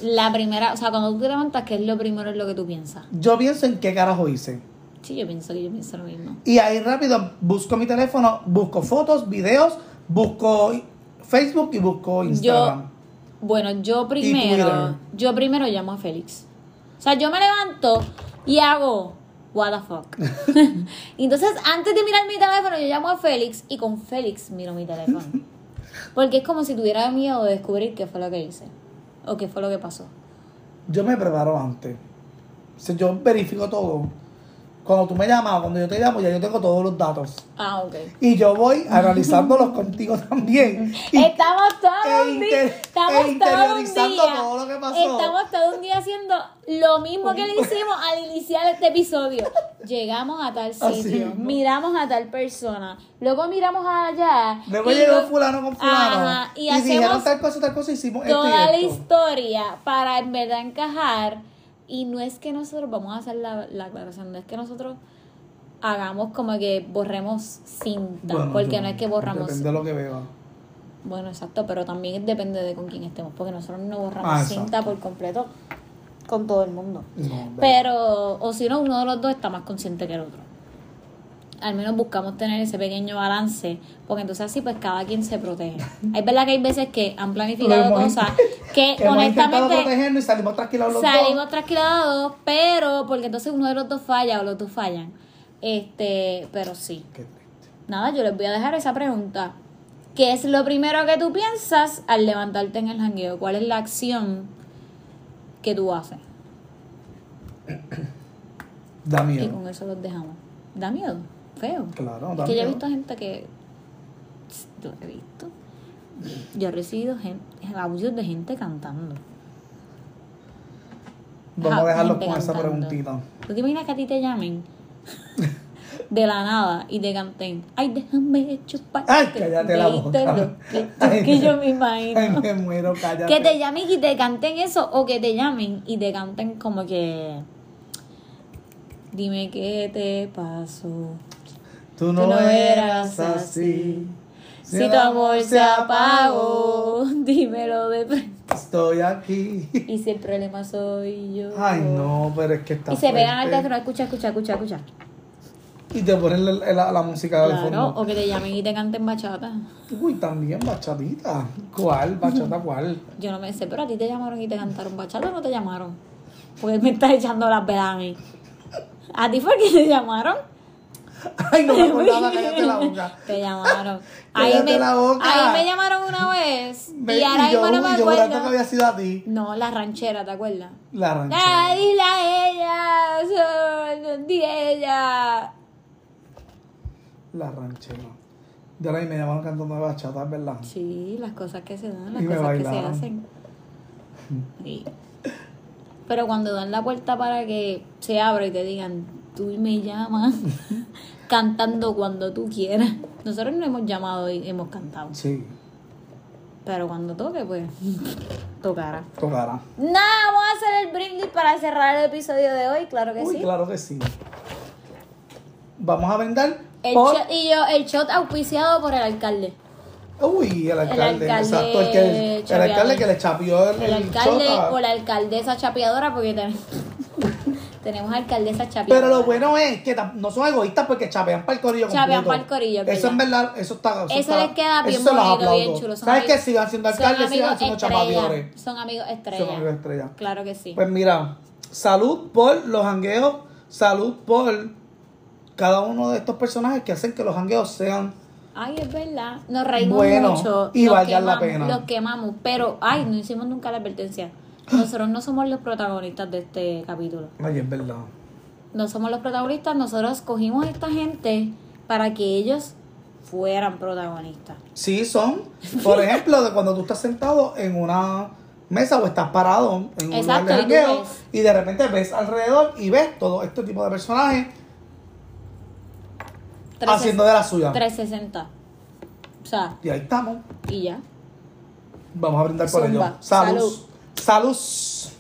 [SPEAKER 2] La primera, o sea, cuando tú te levantas, ¿qué es lo primero en lo que tú piensas?
[SPEAKER 1] Yo pienso en qué carajo hice.
[SPEAKER 2] Sí, yo pienso que yo pienso lo mismo.
[SPEAKER 1] Y ahí rápido busco mi teléfono, busco fotos, videos, busco Facebook y busco Instagram.
[SPEAKER 2] Yo, bueno, yo
[SPEAKER 1] Twitter.
[SPEAKER 2] primero, yo primero llamo a Félix. O sea, yo me levanto y hago, what the fuck. Entonces, antes de mirar mi teléfono, yo llamo a Félix y con Félix miro mi teléfono. Porque es como si tuviera miedo de descubrir qué fue lo que hice o qué fue lo que pasó.
[SPEAKER 1] Yo, me preparo antes. O sea, yo verifico todo. Cuando tú me llamas, cuando yo te llamo, ya yo tengo todos los datos.
[SPEAKER 2] Ah, ok.
[SPEAKER 1] Y yo voy analizándolos contigo también. Y
[SPEAKER 2] Estamos todo
[SPEAKER 1] e
[SPEAKER 2] un día.
[SPEAKER 1] inter-
[SPEAKER 2] Estamos
[SPEAKER 1] e
[SPEAKER 2] todo un
[SPEAKER 1] interiorizando
[SPEAKER 2] día.
[SPEAKER 1] todo lo que pasó. Pues.
[SPEAKER 2] Estamos todo un día haciendo lo mismo que le hicimos al iniciar este episodio. Llegamos a tal
[SPEAKER 1] Así
[SPEAKER 2] sitio,
[SPEAKER 1] mismo.
[SPEAKER 2] miramos a tal persona, luego miramos allá.
[SPEAKER 1] Luego
[SPEAKER 2] y
[SPEAKER 1] llegó
[SPEAKER 2] luego-
[SPEAKER 1] fulano con fulano.
[SPEAKER 2] Ajá, y
[SPEAKER 1] y dijeron
[SPEAKER 2] hacemos
[SPEAKER 1] tal cosa, tal cosa, hicimos esto y
[SPEAKER 2] toda la
[SPEAKER 1] esto.
[SPEAKER 2] historia para en verdad encajar. Y no es que nosotros, vamos a hacer la, la aclaración, no es que nosotros hagamos como que borremos cinta,
[SPEAKER 1] Bueno,
[SPEAKER 2] porque
[SPEAKER 1] yo-
[SPEAKER 2] no es que borramos
[SPEAKER 1] Depende de lo que veo.
[SPEAKER 2] bueno, exacto, pero también depende de con quién estemos, porque nosotros no borramos
[SPEAKER 1] Ah, exacto.
[SPEAKER 2] cinta por completo con todo el mundo.
[SPEAKER 1] No,
[SPEAKER 2] Pero, o si no, uno de los dos está más consciente que el otro. Al menos buscamos tener ese pequeño balance, porque entonces así pues cada quien se protege. Es verdad que hay veces que han
[SPEAKER 1] Lo
[SPEAKER 2] planificado
[SPEAKER 1] hemos-
[SPEAKER 2] cosas
[SPEAKER 1] hemos
[SPEAKER 2] que
[SPEAKER 1] intentado
[SPEAKER 2] eh, honestamente
[SPEAKER 1] protegernos y salimos tranquilos los
[SPEAKER 2] salimos
[SPEAKER 1] dos.
[SPEAKER 2] trasquilados, pero porque entonces uno de los dos falla o los dos fallan. Este, pero sí.
[SPEAKER 1] Qué triste.
[SPEAKER 2] Nada, yo les voy a dejar esa pregunta. ¿Qué es lo primero que tú piensas al levantarte en el jangueo? ¿Cuál es la acción que tú haces?
[SPEAKER 1] Da
[SPEAKER 2] Y
[SPEAKER 1] miedo.
[SPEAKER 2] con eso los dejamos. Da miedo, feo.
[SPEAKER 1] Claro, da
[SPEAKER 2] Es que yo he
[SPEAKER 1] miedo.
[SPEAKER 2] visto gente que. Yo he visto. Yo he recibido gen- audios de gente cantando.
[SPEAKER 1] Vamos a dejarlos
[SPEAKER 2] Gente
[SPEAKER 1] con esa
[SPEAKER 2] cantando.
[SPEAKER 1] preguntita.
[SPEAKER 2] ¿Tú te imaginas que a ti te llamen de la nada y te canten? Ay, déjame chupar.
[SPEAKER 1] Ay, cállate la boca.
[SPEAKER 2] que yo me imagino.
[SPEAKER 1] Ay, me muero, cállate.
[SPEAKER 2] Que te llamen y te canten eso, o que te llamen y te canten como que. Dime qué te pasó.
[SPEAKER 1] Tú no, eras así.
[SPEAKER 2] Si tu amor se apagó, dímelo de frente.
[SPEAKER 1] Estoy aquí.
[SPEAKER 2] Y si el problema soy yo.
[SPEAKER 1] Ay, no, pero es que está.
[SPEAKER 2] Y se
[SPEAKER 1] fuerte.
[SPEAKER 2] pegan al teléfono, escucha, escucha, escucha, escucha.
[SPEAKER 1] Y te ponen la, la- la música de
[SPEAKER 2] Claro,
[SPEAKER 1] fondo.
[SPEAKER 2] o que te llamen y te canten bachata.
[SPEAKER 1] Uy, también bachatita. ¿Cuál? ¿Bachata cuál?
[SPEAKER 2] Yo no me sé, pero a ti te llamaron y te cantaron bachata o no te llamaron. Porque me estás echando las pedas a mí. ¿A ti fue que te llamaron?
[SPEAKER 1] Ay, no me acordaba, cállate la boca.
[SPEAKER 2] Te llamaron.
[SPEAKER 1] Cállate
[SPEAKER 2] me,
[SPEAKER 1] la boca.
[SPEAKER 2] ahí me llamaron una vez.
[SPEAKER 1] Me-
[SPEAKER 2] y ahora
[SPEAKER 1] y yo,
[SPEAKER 2] mismo no
[SPEAKER 1] uy,
[SPEAKER 2] me
[SPEAKER 1] yo jurando que
[SPEAKER 2] acuerdo.
[SPEAKER 1] había sido a ti.
[SPEAKER 2] No, la ranchera, ¿te acuerdas?
[SPEAKER 1] La ranchera.
[SPEAKER 2] La dile a ella, son- di ella.
[SPEAKER 1] La ranchera. Y ahora me llamaron cantando de bachata, es ¿verdad?
[SPEAKER 2] Sí, las cosas que se dan, las
[SPEAKER 1] Y me
[SPEAKER 2] cosas que se
[SPEAKER 1] bailaron.
[SPEAKER 2] hacen. Sí. Pero cuando dan la puerta para que se abra y te digan, tú me llamas, cantando cuando tú quieras. Nosotros no hemos llamado y hemos cantado.
[SPEAKER 1] Sí,
[SPEAKER 2] Pero cuando toque, pues, tocará.
[SPEAKER 1] tocará.
[SPEAKER 2] Nada, vamos a hacer el brindis para cerrar el episodio de hoy, claro que
[SPEAKER 1] Uy,
[SPEAKER 2] sí.
[SPEAKER 1] claro que sí. Vamos a brindar
[SPEAKER 2] El
[SPEAKER 1] por...
[SPEAKER 2] shot- y yo, el shot auspiciado por el alcalde.
[SPEAKER 1] Uy, el alcalde.
[SPEAKER 2] alcalde
[SPEAKER 1] exacto, el, que, el
[SPEAKER 2] chapeador.
[SPEAKER 1] alcalde que le chapió el,
[SPEAKER 2] El alcalde
[SPEAKER 1] chota.
[SPEAKER 2] o la alcaldesa chapeadora, porque te- tenemos alcaldesa
[SPEAKER 1] Pero
[SPEAKER 2] chapeadora.
[SPEAKER 1] lo bueno es que tam- no son egoístas porque chapean para el corillo
[SPEAKER 2] Chapean
[SPEAKER 1] completo.
[SPEAKER 2] pa'l corillo, es
[SPEAKER 1] Eso
[SPEAKER 2] verdad.
[SPEAKER 1] en verdad, eso está... Eso,
[SPEAKER 2] Eso
[SPEAKER 1] está-
[SPEAKER 2] les queda bien
[SPEAKER 1] eso los
[SPEAKER 2] bonito, bien
[SPEAKER 1] aplaudo.
[SPEAKER 2] chulo. Son
[SPEAKER 1] ¿Sabes
[SPEAKER 2] amigos-
[SPEAKER 1] qué? Sigan siendo
[SPEAKER 2] son
[SPEAKER 1] alcaldes, sigan
[SPEAKER 2] amigos
[SPEAKER 1] siendo
[SPEAKER 2] estrella.
[SPEAKER 1] chapadores.
[SPEAKER 2] Son amigos estrella.
[SPEAKER 1] Son amigos estrella.
[SPEAKER 2] Claro que sí.
[SPEAKER 1] Pues mira, salud por los hangueos, salud por cada uno de estos personajes que hacen que los hangueos sean...
[SPEAKER 2] Ay, es verdad. Nos reímos
[SPEAKER 1] Bueno,
[SPEAKER 2] mucho.
[SPEAKER 1] y
[SPEAKER 2] los
[SPEAKER 1] valgan la
[SPEAKER 2] quemamos,
[SPEAKER 1] pena.
[SPEAKER 2] Los quemamos, pero, ay, no hicimos nunca la advertencia. Nosotros no somos los protagonistas de este capítulo.
[SPEAKER 1] Ay, es verdad.
[SPEAKER 2] No somos los protagonistas, nosotros cogimos a esta gente para que ellos fueran protagonistas.
[SPEAKER 1] Sí, son, por ejemplo, de cuando tú estás sentado en una mesa o estás parado en un lugar de
[SPEAKER 2] Exacto, y tú
[SPEAKER 1] jangueo,
[SPEAKER 2] ves.
[SPEAKER 1] y de repente ves alrededor y ves todo este tipo de personajes
[SPEAKER 2] Tres-
[SPEAKER 1] haciendo de la suya.
[SPEAKER 2] 360. O sea,
[SPEAKER 1] Y ahí estamos.
[SPEAKER 2] y ya.
[SPEAKER 1] Vamos a brindar por
[SPEAKER 2] Zumba.
[SPEAKER 1] ello. Salud. Salud.